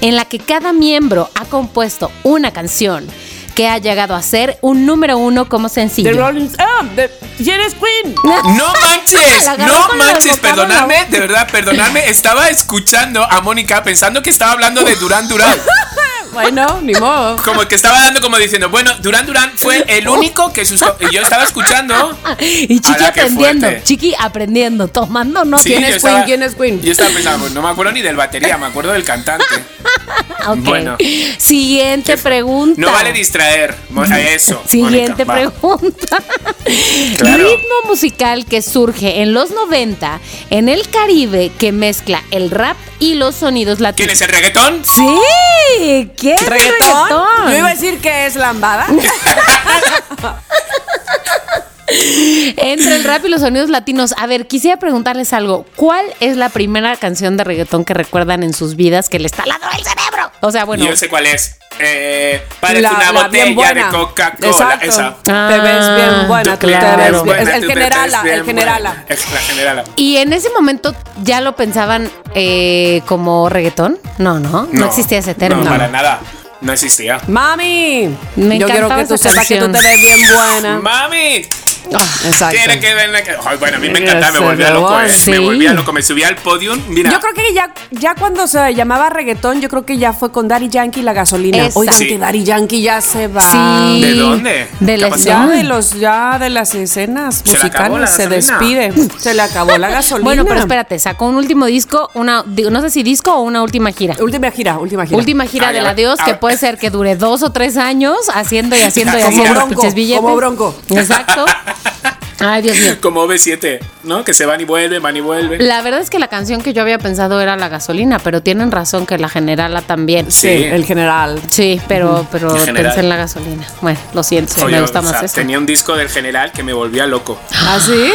C: en la que cada miembro ha compuesto una canción que ha llegado a ser un número uno como
D: The
C: sencillo.
D: Rolling Ah, de- ¿Quién es Queen?
E: No manches,
C: La agarró
E: no
C: con los
E: manches,
C: vocablos,
E: perdonadme, de verdad, perdonadme. Estaba escuchando a Mónica pensando que estaba hablando de Durán Durán.
D: Bueno, ni modo.
E: Como que estaba dando como diciendo, bueno, Durán Durán fue el único que sus... y Yo estaba escuchando.
C: Y Chiqui
E: Ala, qué
C: aprendiendo,
E: fuerte.
C: Chiqui aprendiendo, tomando nota.
E: Sí,
D: ¿Quién
E: yo
D: es
E: estaba-
D: Queen? ¿Quién es Queen?
E: Yo estaba pensando, pues, no me acuerdo ni del batería, me acuerdo del cantante.
C: Ok.
E: Bueno.
C: Siguiente pregunta.
E: No vale distraer mo- a eso.
C: Siguiente
E: Mónica, va.
C: pregunta.
E: Claro.
C: Ritmo musical que surge en los 90 en el Caribe que mezcla el rap y los sonidos
E: ¿Quién
C: latinos.
E: es el reggaetón?
C: Sí, ¿qué es
D: ¿Reggaetón?
C: reggaetón?
D: Yo iba a decir que es lambada.
C: Entre el rap y los sonidos latinos. A ver, quisiera preguntarles algo. ¿Cuál es la primera canción de reggaetón que recuerdan en sus vidas que les talado el cerebro? O sea, bueno.
E: Yo sé cuál es. Eh, parece
D: La-
E: una
D: la bien
E: botella de
D: buena.
E: Coca-Cola.
D: Exacto.
E: Esa.
D: Te ves bien buena,
C: Ah,
D: tú
C: claro.
D: te ves bien.
C: buena,
D: Es el generala, el generala.
E: Es la generala.
C: ¿Y en ese momento ya lo pensaban eh, como reggaetón? No, no, no, existía ese término.
E: No, para nada. No existía.
D: Mami,
C: Me
D: yo quiero
C: encantaba
D: que tú
C: esa
D: sepas que tú te
C: canción.
D: ves bien buena.
E: ¡Mami!
D: Exacto.
E: Tiene que ver la que- Ay, bueno, a mí me encantaba, me
D: Ese
E: volvía loco, ¿eh?
C: sí.
E: Me volvía loco, me subía al podium. Mira.
D: Yo creo que ya, ya cuando se llamaba reggaetón, yo creo que ya fue con Daddy Yankee y la gasolina.
C: Exacto.
D: Oigan
E: Sí.
D: que Daddy Yankee ya se va.
C: Sí.
E: ¿De dónde?
C: De la
E: Capaz-
D: Ya
C: escena.
D: de los, ya de las escenas
E: Se le acabó la
D: musicales se
E: gasolina.
D: despide. Se le acabó la gasolina.
C: Bueno, pero espérate, sacó un último disco, una, di- no sé si disco o una última gira.
D: Última gira, última gira.
C: Última gira
E: Ay,
C: de
E: a
C: la
E: ver,
C: Dios,
E: a
C: que
E: ver.
C: puede ser que dure dos o tres años haciendo y haciendo y
E: Como
C: haciendo
D: Bronco,
C: pinches billetes.
D: como Bronco.
C: Exacto. Ay, Dios mío.
E: Como V7, ¿no? Que se van y vuelven, van y vuelven.
C: La verdad es que la canción que yo había pensado era la gasolina, pero tienen razón que la generala también.
D: Sí,
E: Sí.
D: el general.
C: Sí, pero, pero
E: En general.
C: pensé en la gasolina. Bueno, lo siento,
E: Oye,
C: me gusta
E: o
C: más
E: sea,
C: eso.
E: Tenía un disco del general que me volvía loco.
D: ¿Ah, sí?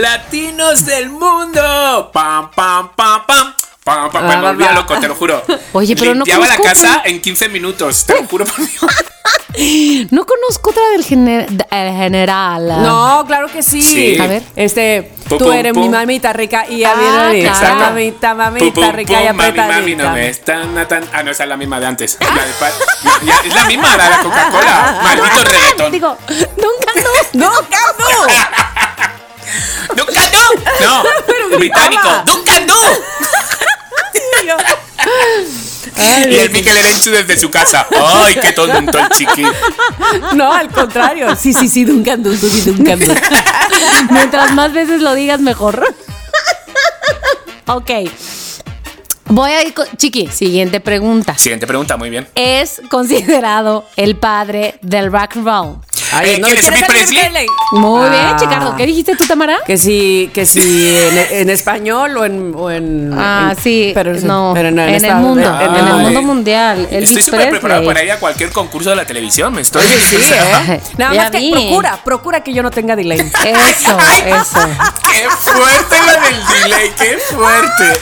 E: ¡Latinos del mundo! ¡Pam, pam, pam, pam! Pam, pam,
D: Ah,
E: me volvía
D: va, va.
E: loco, te lo juro.
C: Oye, pero no
E: Limpiaba la
C: conozco
E: casa en 15 minutos, te lo juro por Dios.
C: No conozco otra del gener- de- eh, general.
D: No, claro que sí.
E: Ah. Sí.
C: A ver.
D: Este,
E: Pum,
D: tú
E: pum,
D: eres
E: pum.
D: mi mamita rica y
C: Ah,
D: abriendo
C: claro.
D: mamita, mamita
E: Pum, pum,
D: rica
E: pum,
D: y
E: mami,
D: apretadita.
E: mami, no me están atan- Ah, no, esa es la misma de antes. La de pa- No, ya, es la misma, la de la
D: Ah,
E: Coca-Cola. Maldito reggaetón.
C: Digo, nunca no.
D: No, Cam, no.
E: ¡Nunca no! ¡No! ¡Británico! ¡Nunca no! Y el Miquel Erenchu desde su casa. ¡Ay, qué tonto el chiqui!
D: No, al contrario. Sí, sí, sí, Duncan, Dun, Dun, Duncan, Dun.
C: Mientras más veces lo digas, mejor. ok. Voy a ir con. Chiqui, siguiente pregunta.
E: Siguiente pregunta, muy bien.
C: Es considerado el padre del rock and roll.
E: Ay,
D: no,
E: ¿Quién es
D: espérate,
E: Elvis Presley?
D: espérate.
C: Muy
D: Ah.
C: bien, Chicardo. ¿Qué dijiste tú, Tamara?
D: Que sí, que sí, en, en español o en. o en-
C: Ah,
D: en-
C: sí.
D: pero
C: no,
D: pero
C: en, el
D: Estados-
C: mundo.
D: en- en
C: en el
E: Ay.
C: mundo mundial. Elvis
E: Estoy súper preparado
C: Presley.
E: para ir a cualquier concurso de la televisión. Me estoy.
D: Oye, sí,
E: o sea,
D: ¿eh? Nada
C: Ya
D: más que
C: vi.
D: procura, procura que yo no tenga delay.
C: Eso, eso.
E: ¡Qué fuerte la del delay! ¡Qué fuerte!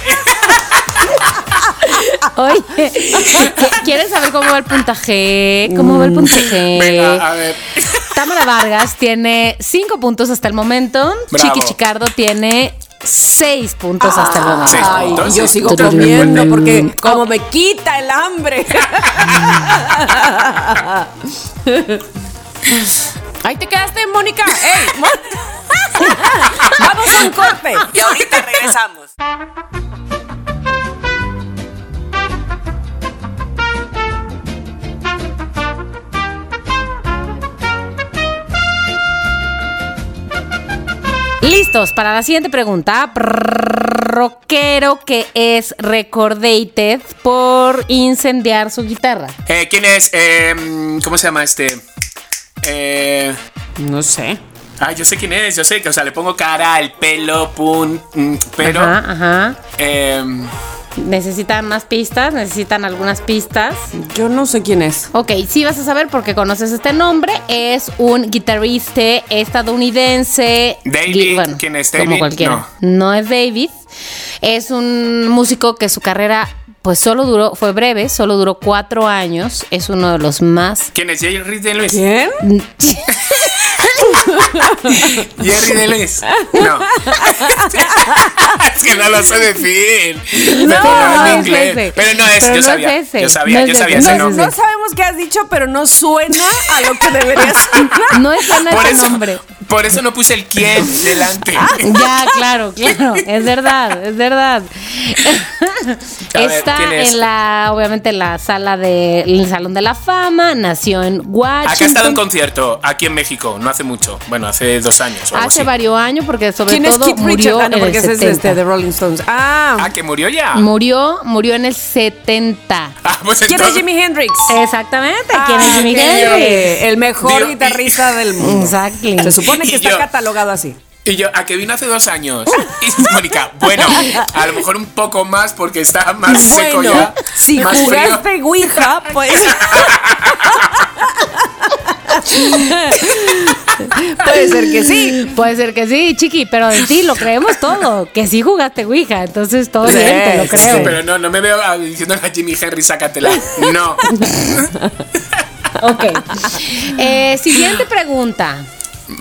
C: Oye, ¿qu- ¿quieres saber cómo va el puntaje? ¿Cómo va el
D: Eh,
C: puntaje?
E: Venga, a ver.
C: Tamara Vargas tiene 5 puntos hasta el momento.
E: Bravo. Ah.
C: Chiqui Chicardo tiene 6 puntos hasta el momento.
E: Seis
D: Ay,
E: puntos,
D: yo
E: seis
D: sigo
E: puntos.
D: comiendo porque como me quita el hambre. Ahí te quedaste, Mónica. ¡Ey! Mo- Vamos a un corte y ahorita regresamos.
C: Listos para la siguiente pregunta. Prrr, Rockero que es recordated por incendiar su guitarra.
E: Eh, ¿Quién es? Eh, ¿Cómo se llama este? Eh.
D: No sé.
E: Ah, yo sé quién es, yo sé que, o sea, le pongo cara al pelo, pun, mm, pero
C: Ajá, ajá.
E: em,
C: Necesitan más pistas, necesitan algunas pistas.
D: Yo no sé quién es.
C: Ok, sí vas a saber porque conoces este nombre. Es un guitarrista estadounidense.
E: David,
C: Gui-
E: ¿quién es?
C: Como
E: David,
C: cualquiera. No. es David. Es un músico que su carrera, pues solo duró, fue breve, solo duró cuatro años. Es uno de los más.
E: ¿quién es Jerry de Luis?
D: ¿Quién?
E: Jerry de Luis. No. es que no lo sé decir.
C: No,
E: Pero no
C: es
E: en inglés.
C: ese.
E: Pero no es,
C: Pero
E: yo
C: no es
E: sabía.
C: ese.
E: Yo sabía,
C: No
E: yo
C: es
E: sabía
C: ese.
E: ese
C: No
D: No,
C: es
E: nombre.
D: no sabemos qué has dicho, pero no suena a lo que debería sonar.
C: No es bueno
E: Por
C: ese
E: eso,
C: nombre. Ah,
E: por eso no puse el quién delante.
C: Ya, claro, claro, es verdad, es verdad.
E: A ver,
C: Está
E: ¿quién es?
C: en la, obviamente, en la sala de, en el Salón de la Fama, nació en Washington.
E: Acá ha estado en concierto, aquí en México, no hace mucho. Bueno, hace dos años o algo
C: Hace
E: así.
C: varios años porque sobre
D: ¿Quién es
C: todo
D: Keith
C: murió
D: Richards? Ah, no,
C: en el
D: porque ese
C: 70.
D: es este, de Rolling Stones. Ah,
E: Ah, que murió ya.
C: Murió, murió en el 70.
E: Ah, pues
D: ¿quién es
E: entonces-
D: Jimi Hendrix?
C: Exactamente, Eh, ¿quién es
D: Ah,
C: Jimi
D: qué
C: Hendrix?
D: bien. El mejor
E: Digo, y-
D: guitarrista del mundo.
C: Exactly.
D: Se supone que
E: Y
D: está
E: yo-
D: catalogado así.
E: Y yo, a que vino hace dos años. Y Mónica, bueno, a lo mejor un poco más porque está más seco
D: Bueno,
E: ya.
D: si
E: más frío.
D: jugaste Ouija, pues. Puede ser que sí.
C: Puede ser que sí, chiqui, pero en ti lo creemos todo. Que sí jugaste Ouija, entonces todo
D: Sí,
C: bien, te lo
D: sí,
C: creo.
E: Pero no, no me veo ah, diciéndole a Jimmy Henry, sácatela. No.
C: Ok. Eh, siguiente pregunta.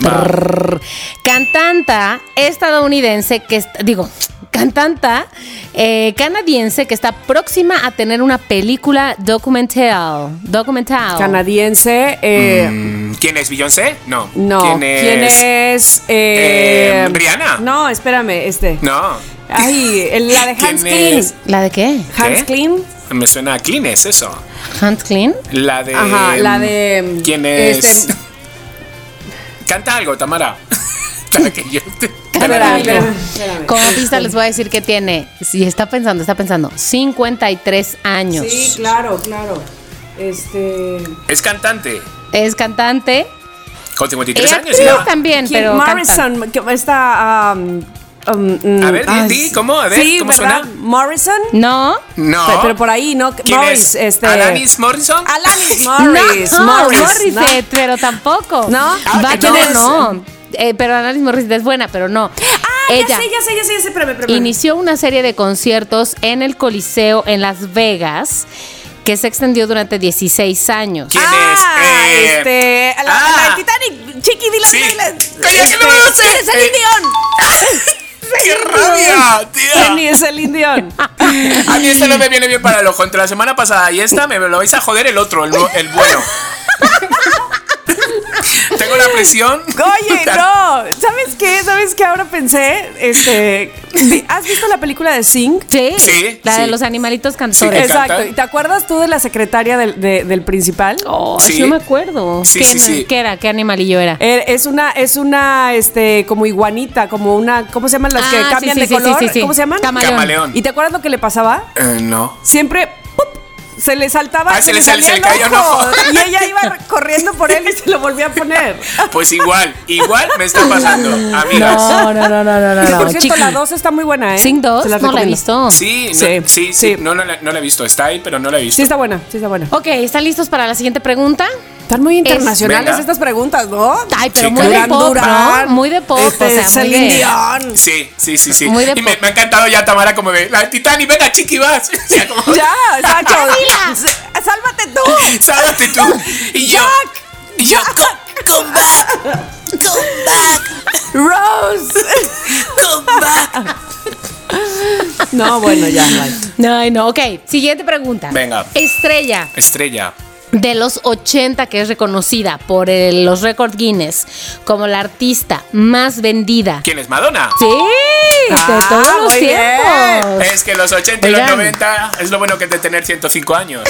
C: Prrr. Cantanta estadounidense que est- digo, cantanta eh, canadiense que está próxima a tener una película documental. Documental.
D: Canadiense. eh,
E: Mm, ¿Quién es Beyoncé? No.
D: No.
E: ¿Quién es?
D: eh,
E: eh, Rihanna?
D: No, espérame, este.
E: No.
D: Ay, el- la de Hans
E: ¿Quién
D: Clean.
E: es?
C: ¿La de qué?
D: Hans
E: ¿Qué?
D: Clean.
E: Me suena a Clean, es eso.
C: Hunt Clean.
E: La de. mm,
D: Ajá, la de.
E: ¿Quién es?
D: este,
E: Canta algo, Tamara. Para que yo te-
D: espérame,
C: algo.
D: espérame, espérame.
C: Como pista les voy a decir que tiene, si está pensando, está pensando, 53 años.
D: Sí, claro, claro. Este.
E: Es cantante.
C: Es cantante.
E: Con 53
C: Es
E: años,
C: actriz
E: ya.
C: también,
D: Kim
C: pero canta.
D: Morrison, que está. um, um, mm,
E: A ver, di-
D: ay,
E: di, ¿cómo? A ver,
D: sí,
E: ¿cómo
D: ¿verdad?
E: suena?
D: Morrison.
C: No.
E: No.
D: Pe- Pero por ahí, ¿no?
E: ¿Quién
D: Morris,
E: es?
D: este. Ah,
E: ¿Alanis Morrison?
D: Alanis Morris.
C: no,
D: Morris. eh. ¿no?
C: Morissette, pero tampoco.
D: ¿No?
E: Ah,
C: Vaya,
E: ¿quién es?
C: no. Eh, pero Alanis Morissette es buena, pero no.
D: Ah,
C: Ella
D: ya sé, ya sé, ya sé, ya sé, espérame, espérame.
C: inició una serie de conciertos en el Coliseo en Las Vegas que se extendió durante 16 años.
E: ¿Quién
D: ah,
E: es? Eh,
D: este, la,
E: ah.
D: la de Titanic, Chiqui, dila,
E: Sí.
D: dila.
E: Oye, ¿qué
D: Este,
E: no me lo sé?
D: es el
E: Eh. ¡Qué rabia, tía!
D: Jenny es el Dion.
E: A mí esta no me viene bien para el ojo. Entre la semana pasada y esta me lo vais a joder el otro, el, bu- el bueno. Tengo la presión.
D: Oye, no. ¿Sabes qué? ¿Sabes qué? Ahora pensé, este, vi- ¿has visto la película de Sing?
C: Sí,
E: Sí,
C: la de
E: sí.
C: los animalitos
E: Me
C: cantores.
E: Sí, encanta.
D: Exacto. ¿Y ¿Te acuerdas tú de la secretaria del, de- del principal?
C: Oh,
E: Sí.
C: yo me acuerdo.
E: Sí,
C: ¿Qué,
E: sí, sí.
C: qué era? ¿Qué animalillo era?
D: Eh, Es una, es una, este, como iguanita, como una, ¿cómo se llaman las que
C: Ah, sí,
D: cambian
C: sí,
D: de
C: sí, sí,
D: color?
C: sí, sí.
D: ¿Cómo se llaman?
C: Camaleón.
E: Camaleón.
D: ¿Y te acuerdas lo que le pasaba?
E: Eh, no.
D: siempre ¡pup! se le saltaba,
E: Ah, se le sal- se le
D: salía el
E: cayó un
D: ojo.
E: ojo.
D: y ella iba corriendo por él y se lo volvía a poner.
E: Pues igual, igual me está pasando, amigas.
C: no, no, no, no,
D: Que, por cierto,
C: chiqui.
D: la 2 está muy buena, ¿eh?
C: Sing
D: Se
C: 2 no la he
D: recomiendo.
C: visto.
E: Sí, no-
D: Sí,
E: sí, sí,
D: sí.
E: No, no, la- no la he visto. Está ahí, pero no la he visto.
D: Sí está buena, sí está buena.
C: Ok, ¿están listos para la siguiente pregunta?
D: Están muy internacionales
E: Venga.
D: estas preguntas, ¿no?
C: Ay, pero
E: Sí,
C: muy de
E: Durán,
C: pop,
D: Durán,
C: ¿no? Muy de pop,
D: este,
C: o sea, muy
D: Celine
C: de-
D: Dion.
E: Sí, sí, sí, sí.
C: Muy de
E: Y me,
C: pop.
E: me ha encantado ya Tamara como de la Titanic, venga chiqui vas. O sea, como,
D: Ya, exacto.
C: Camila.
D: S- Sálvate tú.
E: Sálvate tú. Y yo. Y yo, "Co- come back. Come back.
D: Rose.
E: Come back.
D: No, bueno, ya. bye.
C: Ay, no, ok. Siguiente pregunta.
E: Venga.
C: Estrella
E: Estrella.
C: de los 80 que es reconocida por el- los récord Guinness como la artista más vendida.
E: ¿Quién es Madonna?
C: Sí, de
D: Ah,
C: todos los
D: muy bien.
C: tiempos.
E: Es que los 80 y los
C: Oigan.
E: 90 es lo bueno que es de tener 105 años.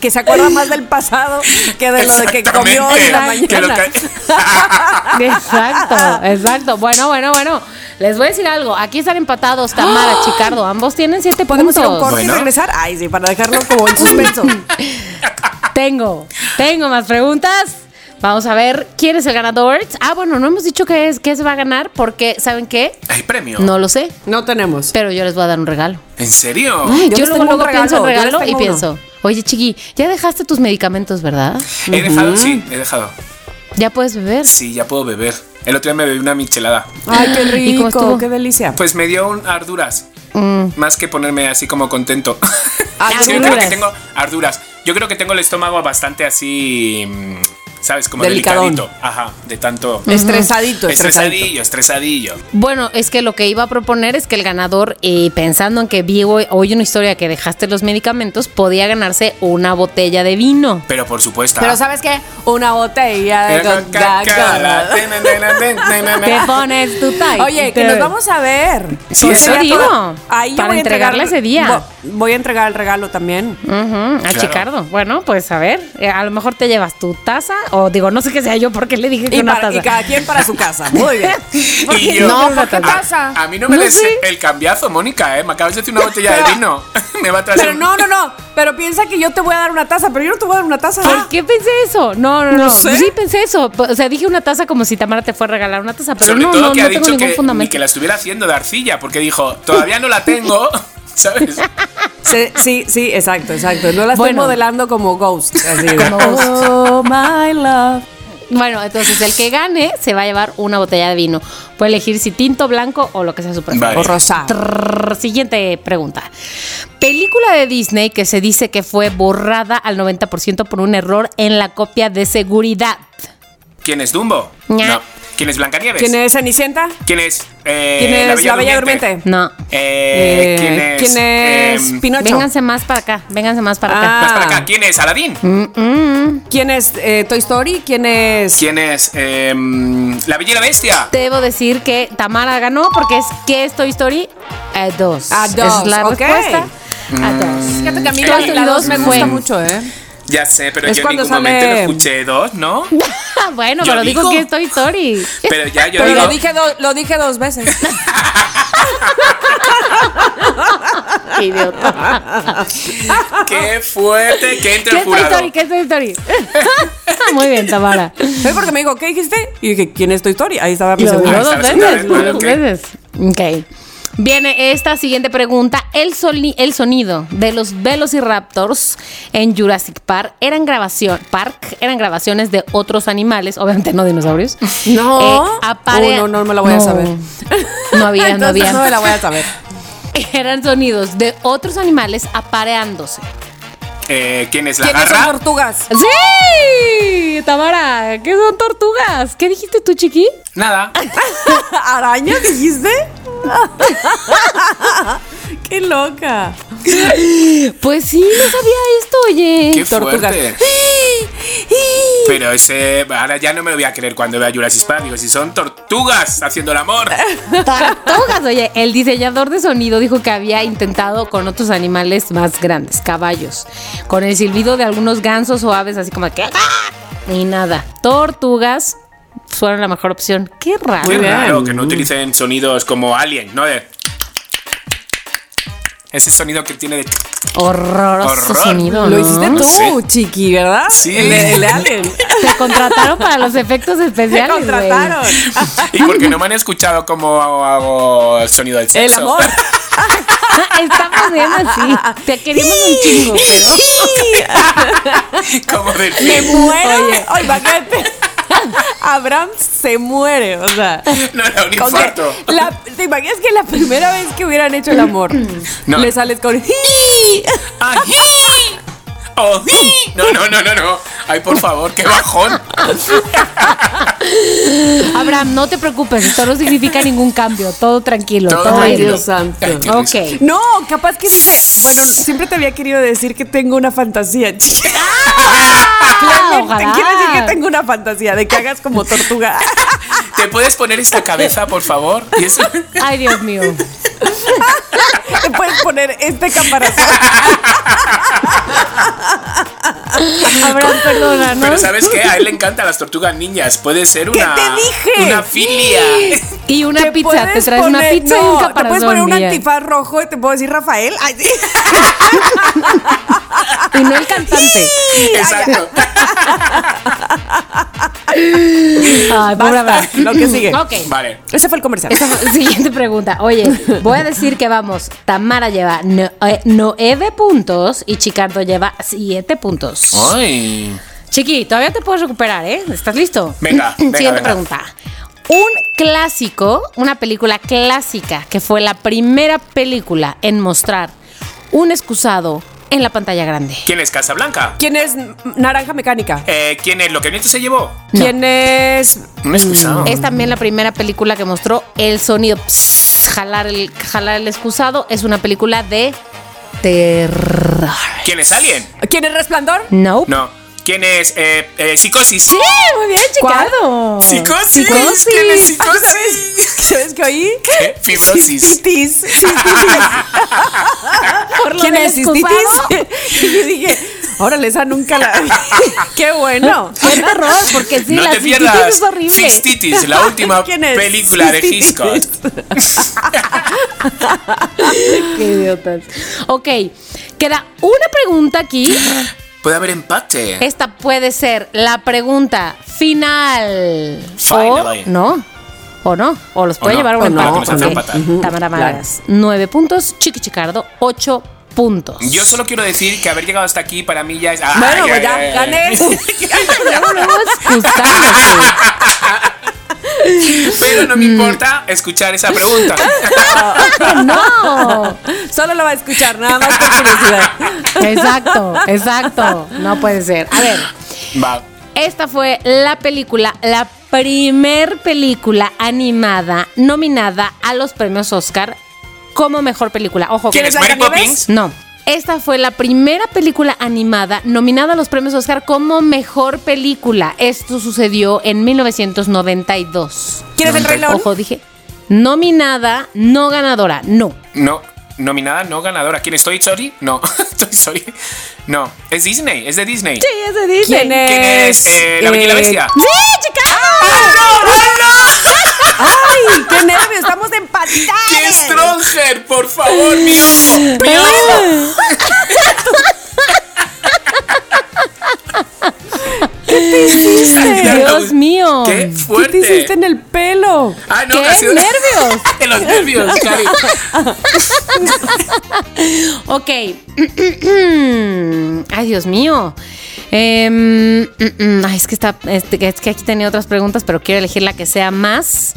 D: que se acuerda más del pasado que de lo de que comió hoy en la
E: Exactamente. Que lo
D: mañana.
E: que-
C: Exacto, exacto. Bueno, bueno, bueno. Les voy a decir algo. Aquí están empatados Tamara, Chicardo. Ambos tienen siete
D: ¿Podemos ir a un
C: puntos.
D: corte
E: Bueno.
D: y regresar? Ay, sí, para dejarlo como en suspenso.
C: Tengo, tengo más preguntas. Vamos a ver quién es el ganador. Ah, bueno, no hemos dicho qué es, qué se va a ganar porque ¿saben qué?
E: Hay premio.
C: No lo sé,
D: No tenemos.
C: pero yo les voy a dar un regalo.
E: ¿En serio?
C: yo
D: les
C: luego,
D: tengo un
C: luego pienso en
D: regalo, yo les
C: regalo y
D: tengo uno.
C: pienso, oye Chiqui, ya dejaste tus medicamentos, ¿verdad?
E: He dejado, sí, he dejado.
C: Ya puedes beber.
E: Sí, ya puedo beber. El otro día me bebí una michelada.
D: Ay, qué
C: ¿Y cómo estuvo?
D: rico, qué delicia.
E: Pues me dio un arduras.
D: Mm.
E: Más que ponerme así como contento.
D: Arduras.
E: Sí, yo creo que tengo arduras. Yo creo que tengo el estómago bastante así, mm, ¿sabes? Como
D: Delicadón.
E: delicadito. Ajá, de tanto...
D: Estresadito, estresadito.
E: Estresadillo, estresadillo.
C: Bueno, es que lo que iba a proponer es que el ganador, eh, pensando en que vi hoy, hoy una historia que dejaste los medicamentos, podía ganarse una botella de vino.
E: Pero por supuesto.
D: Pero ¿sabes qué? Una botella de Coca-Cola.
C: Te pones tu type.
D: Oye, que nos vamos a ver.
E: Sí,
D: Con
E: eso
D: ese
C: digo,
D: gato- Ahí yo
C: para
D: voy a
C: entregarle
D: entregar-
C: ese día.
D: vo- Voy a entregar el regalo también.
C: Ujú, a
E: Claro.
C: Chicardo. Bueno, pues a ver, eh, a lo mejor te llevas tu taza o digo, no sé qué sea yo porque le dije que
D: Y,
C: una
D: para-
C: taza.
D: y cada quien para su casa. Muy bien.
E: Y
D: Porque
E: yo-
D: no, ¿por
E: a-
D: qué pasa?
E: A, mí no me
C: No
E: des
C: sé.
E: el cambiazo, Mónica, ¿eh? Me acabas de decir una botella
D: Pero-
E: de vino. me va a traer
D: Pero
E: un-
D: no, no, no. Pero piensa que yo te voy a dar una taza, pero yo no te voy a dar una taza.
C: ¿Por qué pensé eso? No, no, no.
D: No sé.
C: Sí pensé eso. O sea, dije una taza como si Tamara te fuera a regalar una taza, pero
E: Sobre
C: no,
E: todo
C: no,
E: que ha
C: no tengo
E: dicho
C: ningún
E: que, ni
C: fundamento.
E: que la estuviera haciendo de arcilla, porque dijo, todavía no la tengo, ¿sabes?
D: Se- sí, sí, exacto, exacto. No la estoy
C: Bueno.
D: modelando como Ghost. así de-
C: Como Ghost.
D: Oh, my love.
C: Bueno, entonces el que gane se va a llevar una botella de vino. Puede elegir si tinto, blanco o lo que sea su preferencia.
D: O Rosa.
C: Trrr, Siguiente pregunta. Película de Disney que se dice que fue borrada al 90% por un error en la copia de seguridad.
E: ¿Quién es Dumbo?
C: Ña.
E: No. ¿Quién es Blancanieves?
D: ¿Quién es Cenicienta?
E: ¿Quién es? eh,
D: ¿Quién es La Bella Durmiente?
C: No.
E: Eh,
D: Eh,
E: ¿Quién es?
D: ¿Quién es
E: em,
D: Pinocho?
C: Vénganse más para acá, vénganse más para acá.
E: más para
D: Ah.
E: acá. ¿Quién es Aladdin?
D: ¿Quién es eh, Toy Story? ¿Quién es
E: ¿Quién es em, La Bella y la Bestia?
C: Debo decir que Tamara ganó porque es que es Toy Story a dos.
D: A dos,
C: Es la
D: ok.
C: respuesta. A dos.
D: Fíjate que a mí
E: Mm,
D: la,
E: Toy
D: la dos
C: Story
D: me gusta
C: dos fue-
D: mucho, ¿eh?
E: Ya sé, pero
D: Es
E: yo en
D: cuando
E: ningún
D: sale-
E: momento lo escuché dos, ¿no?
C: Ah, bueno,
E: Yo
C: pero digo
E: digo.
C: que es Toy Story.
E: Pero ya yo
D: Pero
E: digo.
D: lo dije, do- lo dije dos veces.
C: Idiota.
D: "Ah".
E: ¡Qué fuerte! ¡Qué
C: ¿Qué
E: entra el
C: es Toy Story?
E: jurado!
C: ¿Qué es Toy Story? Muy bien, Tamara.
D: ¿Sabes porque me dijo, ¿qué dijiste? Y dije, ¿quién es Toy Story? Ahí estaba mi
C: Lo
D: seguro.
C: digo
E: Ah,
C: dos
E: sabes,
C: veces,
E: sabes,
C: lo
E: bueno,
C: digo dos
E: ok.
C: veces. Ok. Viene esta siguiente pregunta. El, soli- el sonido de los Velociraptors en Jurassic Park eran grabación Park eran grabaciones de otros animales, obviamente no dinosaurios.
D: No.
C: Eh, apare-
D: Uh, no, no me la voy a saber.
C: No había, no
D: Entonces
C: había.
D: no me la voy a saber.
C: Eran sonidos de otros animales apareándose.
E: Eh, ¿Quién es la
D: ¿Quiénes son
E: garra?
D: tortugas?
C: ¡Sí! Tamara, ¿qué son tortugas? ¿Qué dijiste tú, chiqui?
E: Nada.
D: ¿Araña dijiste? ¡Qué loca!
C: Pues sí, no sabía esto, oye.
E: ¡Qué
D: Tortugas.
E: fuerte! Pero ese. Ahora ya no me lo voy a creer cuando vea Jurassic Park. Digo, si son tortugas haciendo el amor.
C: Tortugas, oye, el diseñador de sonido dijo que había intentado con otros animales más grandes, caballos, con el silbido de algunos gansos o aves, así como que y nada. Tortugas fueron la mejor opción. Qué raro.
E: Qué
D: bien.
E: raro que no utilicen sonidos como Alien, ¿no? De. Ese sonido que tiene de.
C: Horroroso
E: Horror.
C: sonido.
D: Lo
C: ¿no?
D: hiciste tú,
E: Sí.
D: chiqui, ¿verdad?
E: Sí.
D: El, de- el de Alien.
C: Te contrataron para los efectos
D: Te
C: especiales. güey.
D: contrataron.
E: Y porque no me han escuchado cómo hago, hago el sonido del
D: El
E: sexo.
D: amor.
C: Estamos bien así. Te queremos un chingo, pero.
E: Como del
D: Me
E: film.
D: muere. Ay, imagínate. Abraham se muere, o sea.
E: No era un
D: Con
E: infarto.
D: que la- ¿Te imaginas que la primera vez que hubieran hecho el amor
E: No. Ah.
D: le sales con "Sí"?
E: Ají. Oh, sí. No, no, no, no, no. Ay, por favor, qué bajón.
C: Abraham, no te preocupes, esto no significa ningún cambio. Todo tranquilo.
E: Todo
C: Todo,
E: Ay,
D: Ay,
C: bien.
D: Dios santo.
E: Ay, Dios.
C: Ok.
D: No, capaz que te. Bueno, siempre te había querido decir que tengo una fantasía, chica.
C: Ah,
D: Te
C: ojalá.
D: quiero decir que tengo una fantasía de que hagas como tortuga.
E: ¿Te puedes poner esta cabeza, por favor? Y eso-
C: Ay, Dios mío.
D: Te puedes poner este caparazón.
C: Abraham, perdónanos.
E: Pero ¿sabes qué? A él le encantan las tortugas niñas. Puede ser una...
D: te dije?
E: Una filia.
C: Y una
D: Te
C: pizza, te
D: puedes
C: traes una
D: poner-
C: pizza y un
D: no,
C: caparazón.
D: Te puedes poner un
C: mira.
D: antifaz rojo y te puedo decir Rafael. Ay, sí.
C: Y no el cantante.
E: Exacto.
C: Ay, pobre
D: Basta,
C: Abraham.
D: lo que sigue.
C: Ok.
E: Vale.
D: Ese fue el comercial.
C: Esa fue- siguiente pregunta. Oye, voy a decir que vamos. Tamara lleva no- eh, nueve puntos y Chicardo lleva siete puntos.
E: Oh. Ay.
C: Chiqui, todavía te puedes recuperar, ¿eh? ¿Estás listo?
E: Venga, venga,
C: Siguiente
E: venga.
C: pregunta. Un clásico, una película clásica que fue la primera película en mostrar un excusado en la pantalla grande.
E: ¿Quién es Casablanca?
D: ¿Quién es Naranja Mecánica?
E: Eh, ¿Quién es? ¿Lo que Nieto se llevó?
D: ¿Quién es
E: Un excusado.
C: Es también la primera película que mostró el sonido pss, jalar el jalar el excusado es una película de terror.
E: ¿Quién es Alien?
D: ¿Quién es Resplandor?
C: No.
E: No. ¿Quién es eh, eh, Psicosis?
C: Sí, muy bien, Chicardo.
E: ¿Psicosis?
C: Psicosis.
E: ¿Quién es
D: ¿Sabes,
E: Psicosis?
D: ¿Sabes qué oí?
E: ¿Qué? Fibrosis.
D: Cistitis. Cistitis.
C: Por lo
D: ¿Quién
C: del
D: es
C: excusado.
D: cistitis? Y yo dije, órale, esa nunca la vi. Qué bueno.
C: Fue terror, porque sí,
E: no
C: la
E: te
C: cistitis
E: pierdas
C: es horrible.
E: Cistitis, la última
D: ¿Quién es?
E: película de Hitchcock.
C: Qué idiotas. Ok, queda una pregunta aquí.
E: Puede haber empate.
C: Esta puede ser la pregunta final. O
E: Finally.
C: no. O no. O los puede
E: no,
C: llevar a
E: o
C: un
E: no,
C: empate.
E: que nos hace
C: ok.
E: empatar.
C: Tamara Vargas, nueve puntos. Chiqui Chicardo, ocho puntos.
E: Yo solo quiero decir que haber llegado hasta aquí para mí ya es. ¡Ay,
D: Bueno,
E: ay,
D: pues ya,
E: ay, ay!
D: gané.
C: Luego, luego excusándote.
E: Pero no me
D: Mm.
E: importa escuchar esa pregunta.
C: No.
D: Solo lo va a escuchar, nada más por curiosidad.
C: Exacto, exacto. No puede ser. A ver,
E: Va.
C: esta fue la película, la primer película animada nominada a los premios Oscar como mejor película. Ojo,
E: ¿Quién es
C: con-
E: Mary
D: Blancanieves?
E: Poppins?
C: No. Esta fue la primera película animada nominada a los premios Oscar como mejor película. Esto sucedió en 1992.
D: ¿Quieres el Rey León?
C: Ojo, dije nominada, no ganadora, no.
E: No. Nominada, no ganadora. ¿Quién estoy? Sorry. No. Estoy sorry. No. Es Disney. Es de Disney.
D: ¿Quién es?
E: ¿Quién es? Eh, la Bella y la
D: Eh,
E: Bestia.
C: ¡Sí, chicas!
D: ¡Ay! ¡Qué nervios! ¡Estamos empatados!
E: ¡Qué Stronger! ¡Por favor, mi ojo! ¡Mi
D: Ah.
E: ojo!
C: Dios mío.
E: ¡Qué
D: ¿Qué te hiciste
E: fuerte!
D: en el pelo?
E: ¡Ah, no!
C: ¡Qué
E: ha sido-
C: nervios!
E: De los nervios, Cari.
C: Ok. Ay, Dios mío. Em, mm, mm, ay, es que está, este, es que aquí tenía otras preguntas, pero quiero elegir la que sea más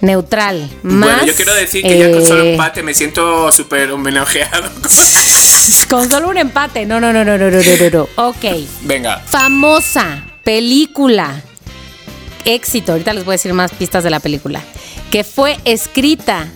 C: neutral. Más,
E: Bueno, yo quiero decir que ya con solo
C: eh,
E: empate me siento súper homenajeado.
C: Con solo un empate. No, no, no, no, no, no, no, no. Ok.
E: Venga.
C: Famosa película. Éxito. Ahorita les voy a decir más pistas de la película. Que fue escrita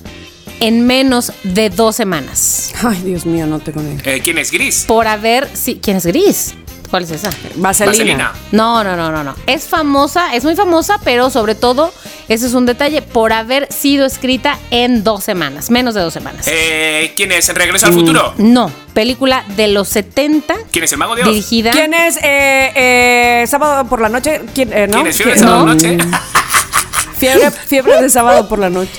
C: en menos de dos semanas.
D: Ay, Dios mío, no te conozco.
E: Eh, ¿Quién es Gris?
C: Por haber. si- ¿Quién es gris? ¿Cuál es esa?
D: Vaselina.
E: Vaselina.
C: No, no, no, no, no. Es famosa, es muy famosa, pero sobre todo, ese es un detalle, por haber sido escrita en dos semanas, menos de dos semanas.
E: Eh, ¿Quién es? ¿En Regreso al Futuro?
C: No, película de los 70,
E: ¿Quién es el
D: oh,
E: Mago de Oz?
C: dirigida.
D: ¿Quién es? Eh, eh, sábado por la noche. ¿Quién, eh, no?
E: ¿Quién es Fiebre de
D: ¿Quién-
E: Sábado
C: No.
E: Noche?
D: Fiebre, fiebre de sábado por la noche.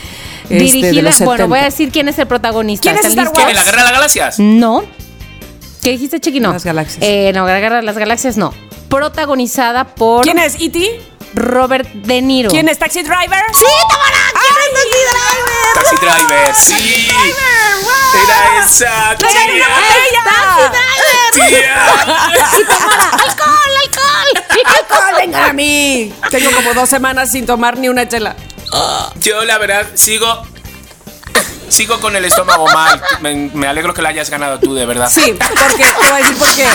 D: Este, de
C: dirigida,
D: los
C: bueno,
D: 70.
C: voy a decir quién es el protagonista.
D: ¿Quién es
C: ¿Están
D: Star
C: listos?
E: ¿Quién es la Guerra de las Galaxias?
C: No. ¿Qué dijiste, Chiqui? No.
D: Las galaxias.
C: Eh, no, la Guerra de las Galaxias no. Protagonizada por
D: ¿Quién es? ¿E.T.?
C: Robert De Niro.
D: ¿Quién es? ¿Taxi Driver?
C: ¡Sí, Tamara! ¡Quién
E: Taxi Driver, sí. Era esa tía. Tía.
C: ¡Alcohol, alcohol!
D: ¡Alcohol, vengan a mí! Tengo como dos semanas sin tomar ni una chela.
E: Yo la verdad sigo sigo con el estómago mal. Me, me alegro que la hayas ganado tú, de verdad.
D: Sí, porque te voy a decir por qué.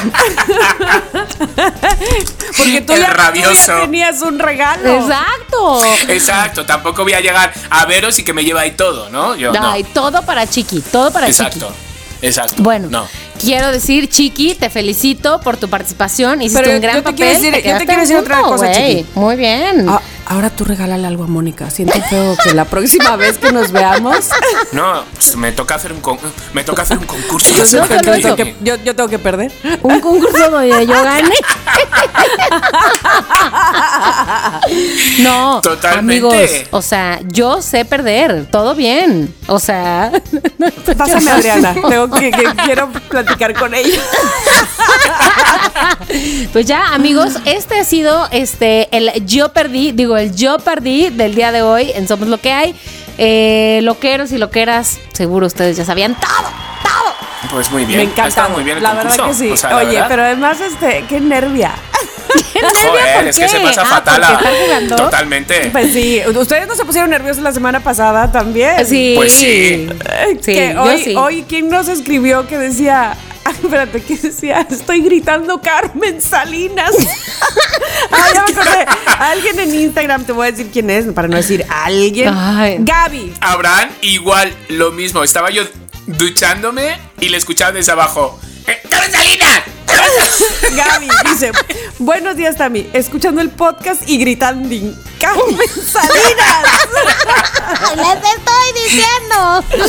D: Porque tú ya,
E: El
D: tú ya
E: rabioso.
D: tenías un regalo.
C: Exacto.
E: Exacto, tampoco voy a llegar a veros y que me lleva ahí todo, ¿no? Yo no.
C: Ay, todo para Chiqui, todo para
E: Exacto.
C: Chiqui.
E: Exacto.
C: Bueno,
E: no.
C: quiero decir, Chiqui, te felicito por tu participación. Hiciste
D: Pero
C: un gran
D: yo te
C: papel.
D: quiero decir- yo te
C: quedaste
D: quiero
C: en
D: decir otra
C: punto,
D: cosa,
C: güey.
D: Chiqui.
C: Muy bien.
D: Ah, ahora tú regálale algo a Mónica. Siento feo que la próxima vez que nos veamos.
E: No, pues me toca hacer un con- me toca hacer un concurso.
D: Yo,
C: solo
D: siento que-
C: eso.
D: que- yo- yo tengo que perder.
C: Un concurso donde yo gané. No,
E: Totalmente.
C: amigos, o sea, yo sé perder, todo bien. O sea,
D: Pásame a Adriana. Tengo que, que- quiero platicar con ella.
C: pues ya, amigos, este ha sido este el yo perdí, digo, el yo perdí del día de hoy en Somos lo que hay. Eh, loqueros y loqueras, seguro ustedes ya sabían todo, todo.
E: Pues muy bien.
D: Me encanta.
E: Está muy bien el
D: la
E: concurso.
D: verdad que sí.
E: O sea, la
D: Oye,
E: verdad.
D: pero además, este, qué nervia.
C: nervia,
E: Joder,
C: ¿por
E: es que se
C: qué?
E: pasa
C: Ah,
E: fatal.
C: porque
E: ah.
C: están jugando.
E: Totalmente.
D: Pues sí, ustedes no se pusieron nerviosos la semana pasada también.
C: Sí.
E: Pues sí.
D: Ay,
C: Sí,
D: que
C: yo
D: hoy,
C: sí.
D: hoy, ¿quién nos escribió que decía? Ay, espérate, ¿qué decía? Estoy gritando Carmen Salinas. ah, ya me acordé. Alguien en Instagram, te voy a decir quién es, para no decir alguien.
C: Ay.
D: Gaby.
E: Abraham, igual, lo mismo. Estaba yo duchándome y le escuchaba desde abajo. ¡Eh, ¡Carmen Salinas!
D: Gaby dice: Buenos días, Tami. Escuchando el podcast y gritando Carmen Salinas.
C: Les estoy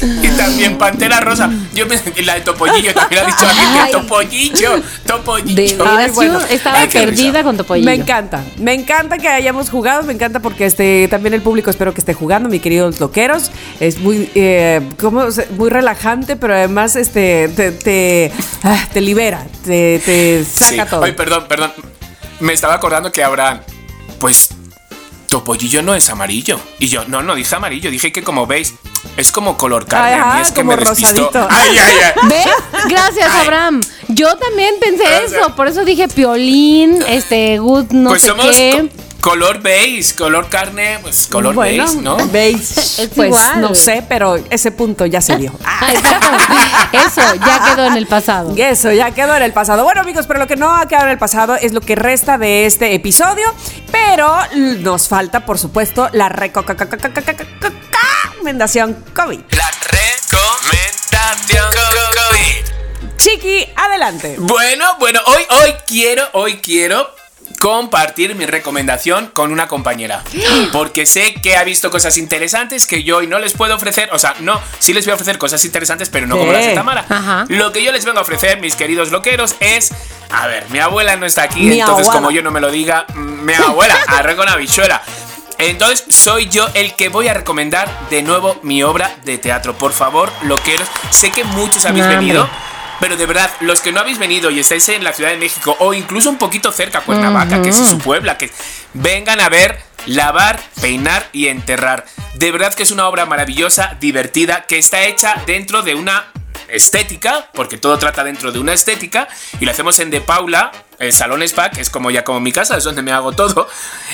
C: diciendo.
E: Y también Pantera Rosa. Yo pensé que la de Topollillo también ha dicho alguien
C: Ay.
E: que Topollillo.
C: De
E: Topollillo.
C: veras,
D: Ay, bueno.
C: yo estaba
E: Ay, qué risa.
C: perdida con Topollillo.
D: Me encanta, me encanta que hayamos jugado, me encanta porque este, también el público espero que esté jugando, mi queridos loqueros. Es muy, eh, ¿cómo se- muy relajante, pero además este, te, te, ah, te libera, te, te saca
E: Sí.
D: todo.
E: Ay, perdón, perdón. Me estaba acordando que Abraham. Pues. Topollillo no es amarillo. Y yo, no, no dije amarillo, dije que como veis, es como color carne.
D: Ajá,
E: a mí es que
D: como
E: me despistó.
D: rosadito.
E: Ay, ay, ay.
C: ¿Ves? Gracias,
E: Ay.
C: Abraham. Yo también pensé
E: O sea-
C: eso, por eso dije piolín, este, good, no
E: pues
C: sé
E: somos
C: qué.
E: co- color beige, color carne, pues color
D: bueno,
E: beige, ¿no?
D: beige,
C: Es
D: pues
C: igual.
D: no sé, pero ese punto ya se dio. Ah,
C: Ah, exacto. Eso ya quedó en el pasado.
D: Eso ya quedó en el pasado. Bueno, amigos, pero lo que no ha quedado en el pasado es lo que resta de este episodio. Pero l- nos falta, por supuesto, la recomendación COVID.
E: La recomendación COVID.
D: Chiqui, adelante.
E: Bueno, bueno, hoy, hoy quiero, hoy quiero compartir mi recomendación con una compañera. Porque sé que ha visto cosas interesantes que yo hoy no les puedo ofrecer. O sea, no, sí les voy a ofrecer cosas interesantes, pero no como
D: Sí.
E: las de Tamara.
C: Ajá.
E: Lo que yo les vengo a ofrecer, mis queridos loqueros, es. A ver, mi abuela no está aquí,
D: Mi
E: entonces
D: abuela.
E: como yo no me lo diga, mm, mi abuela, arre con la bichuela. Entonces, soy yo el que voy a recomendar de nuevo mi obra de teatro. Por favor, loqueros, sé que muchos habéis
C: No, hombre.
E: venido. Pero de verdad, los que no habéis venido y estáis en la Ciudad de México o incluso un poquito cerca, Cuernavaca, que es su Puebla, que vengan a ver lavar, peinar y enterrar. De verdad que es una obra maravillosa, divertida, que está hecha dentro de una estética, porque todo trata dentro de una estética, y lo hacemos en De Paula, el Salón Spa, que es como ya como mi casa, es donde me hago todo,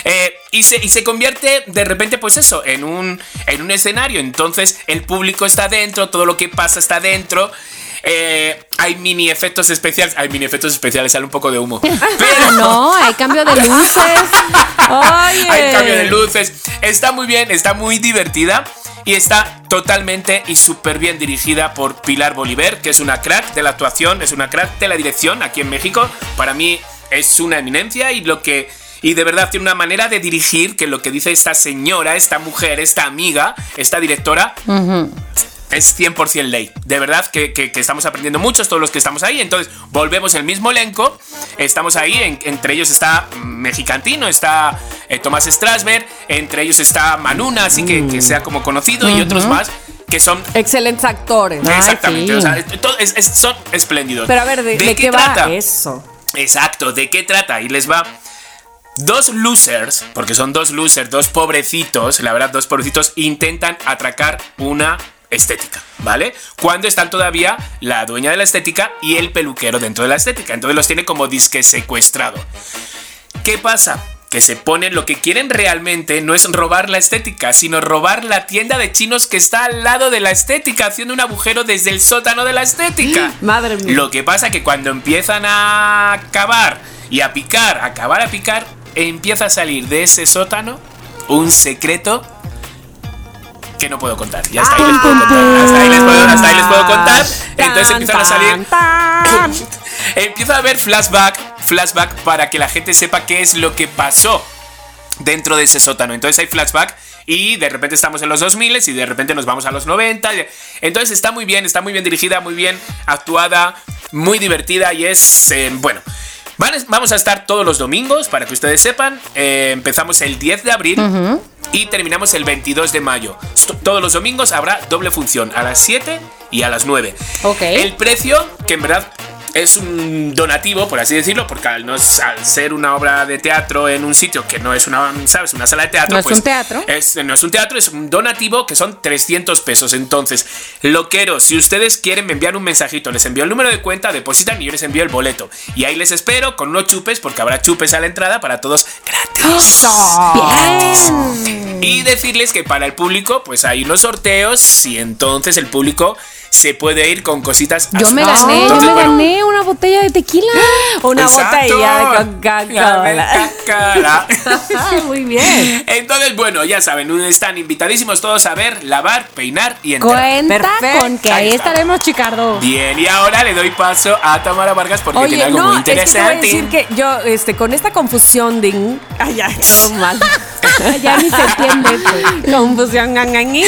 E: eh, y, se, y se convierte de repente, pues eso, en un, en un escenario. Entonces el público está dentro, todo lo que pasa está dentro. Eh, hay mini efectos especiales. Hay mini efectos especiales, sale un poco de humo. Pero
C: No, hay cambio de luces.
D: Oye.
E: hay cambio de luces. Está muy bien, está muy divertida y está totalmente y súper bien dirigida por Pilar Bolívar, que es una crack de la actuación, es una crack de la dirección aquí en México. Para mí es una eminencia y lo que y de verdad tiene una manera de dirigir que lo que dice esta señora, esta mujer, esta amiga, esta directora es 100% ley. De verdad que, que- que estamos aprendiendo muchos todos los que estamos ahí. Entonces, volvemos el mismo elenco. Estamos ahí. en- entre ellos está mm, Mexicantino, está eh, Tomás Strasberg, entre ellos está Manuna, así que,
C: Mm.
E: que sea como conocido, y otros más que son.
D: Excelentes actores.
C: Ay,
E: Exactamente,
C: sí.
E: o sea, es- todo- es- es- son espléndidos.
D: Pero a ver, ¿de, de qué,
E: trata?
D: va eso?
E: Exacto, ¿de qué trata? Y les va. Dos losers, porque son dos losers, dos pobrecitos, la verdad, dos pobrecitos, intentan atracar una estética, ¿vale? Cuando están todavía la dueña de la estética y el peluquero dentro de la estética. Entonces los tiene como disque secuestrado. ¿Qué pasa? Que se ponen lo que quieren realmente no es robar la estética, sino robar la tienda de chinos que está al lado de la estética, haciendo un agujero desde el sótano de la estética.
D: Madre mía.
E: Lo que pasa que cuando empiezan a cavar y a picar, a acabar a picar, empieza a salir de ese sótano un secreto que no puedo contar. Y hasta ahí les puedo contar. Hasta ahí les puedo, hasta ahí les puedo contar.
D: Ah,
E: Entonces
D: Tan,
E: empiezan a salir
D: tan, tan.
E: Empieza a haber flashback, flashback para que la gente sepa qué es lo que pasó dentro de ese sótano. Entonces hay flashback y de repente estamos en los 2000 y de repente nos vamos a los 90. Entonces está muy bien, está muy bien dirigida, muy bien actuada, muy divertida y es, eh, bueno. van a- Vamos a estar todos los domingos, para que ustedes sepan. Eh, empezamos el 10 de abril y terminamos el 22 de mayo. Esto- Todos los domingos habrá doble función, a las 7 y a las 9.
C: Ok.
E: El precio, que en verdad es un donativo, por así decirlo, porque al, no, al ser una obra de teatro en un sitio que no es una, ¿sabes? una sala de teatro. pues,
C: No es un teatro.
E: es- no es un teatro, es un donativo que son 300 pesos. Entonces, loqueros, si ustedes quieren, me envían un mensajito. Les envío el número de cuenta, depositan y yo les envío el boleto. Y ahí les espero con unos chupes, porque habrá chupes a la entrada para todos gratis.
C: Mm.
E: Y decirles que para el público, pues hay unos sorteos y entonces el público se puede ir con cositas a
C: Yo
E: su
C: me
E: casa.
C: gané, yo
E: Entonces,
C: me
E: bueno,
C: gané una botella de tequila.
D: Una
E: exacto.
D: botella de Coca-Cola.
E: Coca-Cola.
D: Ah, Muy bien.
E: Entonces, bueno, ya saben, están invitadísimos todos a ver, lavar, peinar y entrar.
C: Cuenta
D: Perfecto.
C: con que ahí
E: Ahí está.
C: estaremos, Chicardo.
E: Bien, y ahora le doy paso a Tamara Vargas porque tiene
D: Oye,
E: algo
D: no,
E: muy
D: es que te voy a
E: interesante.
D: decir que yo, este, con esta confusión de... Ay, ya, todo mal.
C: Ya ni se entiende. pues.
D: confusión ganganí,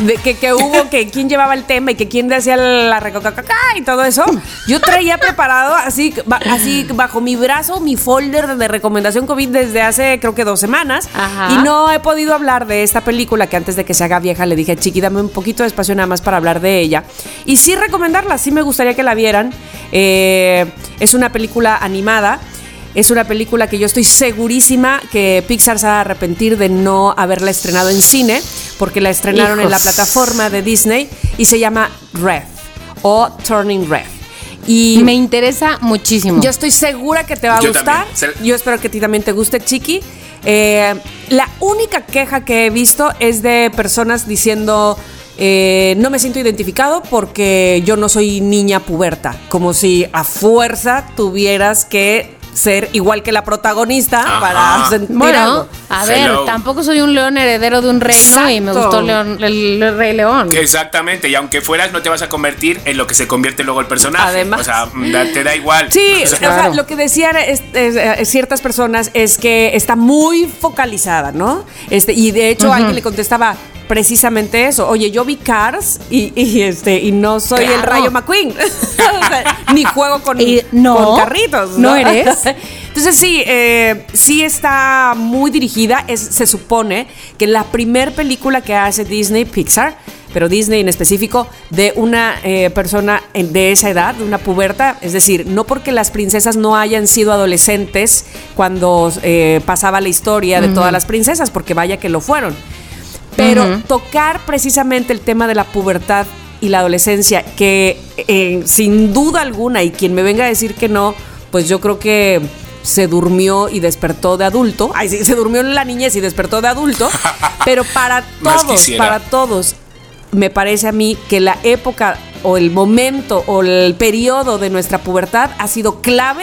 D: de que, que hubo, que quién llevaba el tema y que quién decía la recocacaca y todo eso. Yo traía preparado así, ba- así bajo mi brazo mi folder de recomendación COVID desde hace creo que dos semanas
C: Ajá.
D: y no he podido hablar de esta película que antes de que se haga vieja le dije, chiqui, dame un poquito de espacio nada más para hablar de ella. Y sí recomendarla, sí me gustaría que la vieran. Eh, es una película animada. Es una película que yo estoy segurísima que Pixar se va a arrepentir de no haberla estrenado en cine, porque la estrenaron en la
C: Hijos.
D: plataforma de Disney y se llama Red o Turning Red. Y
C: Y me interesa muchísimo.
D: yo estoy segura que te va a
E: Yo
D: gustar.
E: también. Se-
D: Yo espero que a ti también te guste, Chiqui. Eh, la única queja que he visto es de personas diciendo. eh, no me siento identificado porque yo no soy niña puberta, como si a fuerza tuvieras que ser igual que la protagonista
E: Ajá.
D: para sentir
C: bueno,
D: algo.
C: a
E: Hello.
C: ver, tampoco soy un león heredero de un reino y me
D: Exacto.
C: gustó León- el, el Rey León.
E: Exactamente, y aunque fueras, no te vas a convertir en lo que se convierte luego el personaje.
D: Además.
E: O sea, mm, da- te da igual.
D: Sí,
E: O sea,
D: o sea,
C: claro.
D: lo que decían es- es- eh, ciertas personas es que está muy focalizada, ¿no? Este, y de hecho alguien le contestaba precisamente eso. Oye, yo vi Cars y, y, este y no soy el
C: Claro.
D: Rayo McQueen. O sea, ni juego con,
C: Y no,
D: con carritos.
C: no eres.
D: Entonces sí, eh, sí está muy dirigida. Es, se supone que la primer película que hace Disney, Pixar, pero Disney en específico, de una eh, persona en- de esa edad, de una puberta, es decir, no porque las princesas no hayan sido adolescentes cuando eh, pasaba la historia de todas las princesas, porque vaya que lo fueron. Pero tocar precisamente el tema de la pubertad y la adolescencia, que eh, sin duda alguna, y quien me venga a decir que no, pues yo creo que se durmió y despertó de adulto. Ay, sí, se durmió en la niñez y despertó de adulto. pero para
E: Más
D: todos,
E: quisiera.
D: para todos, me parece a mí que la época o el momento o el periodo de nuestra pubertad ha sido clave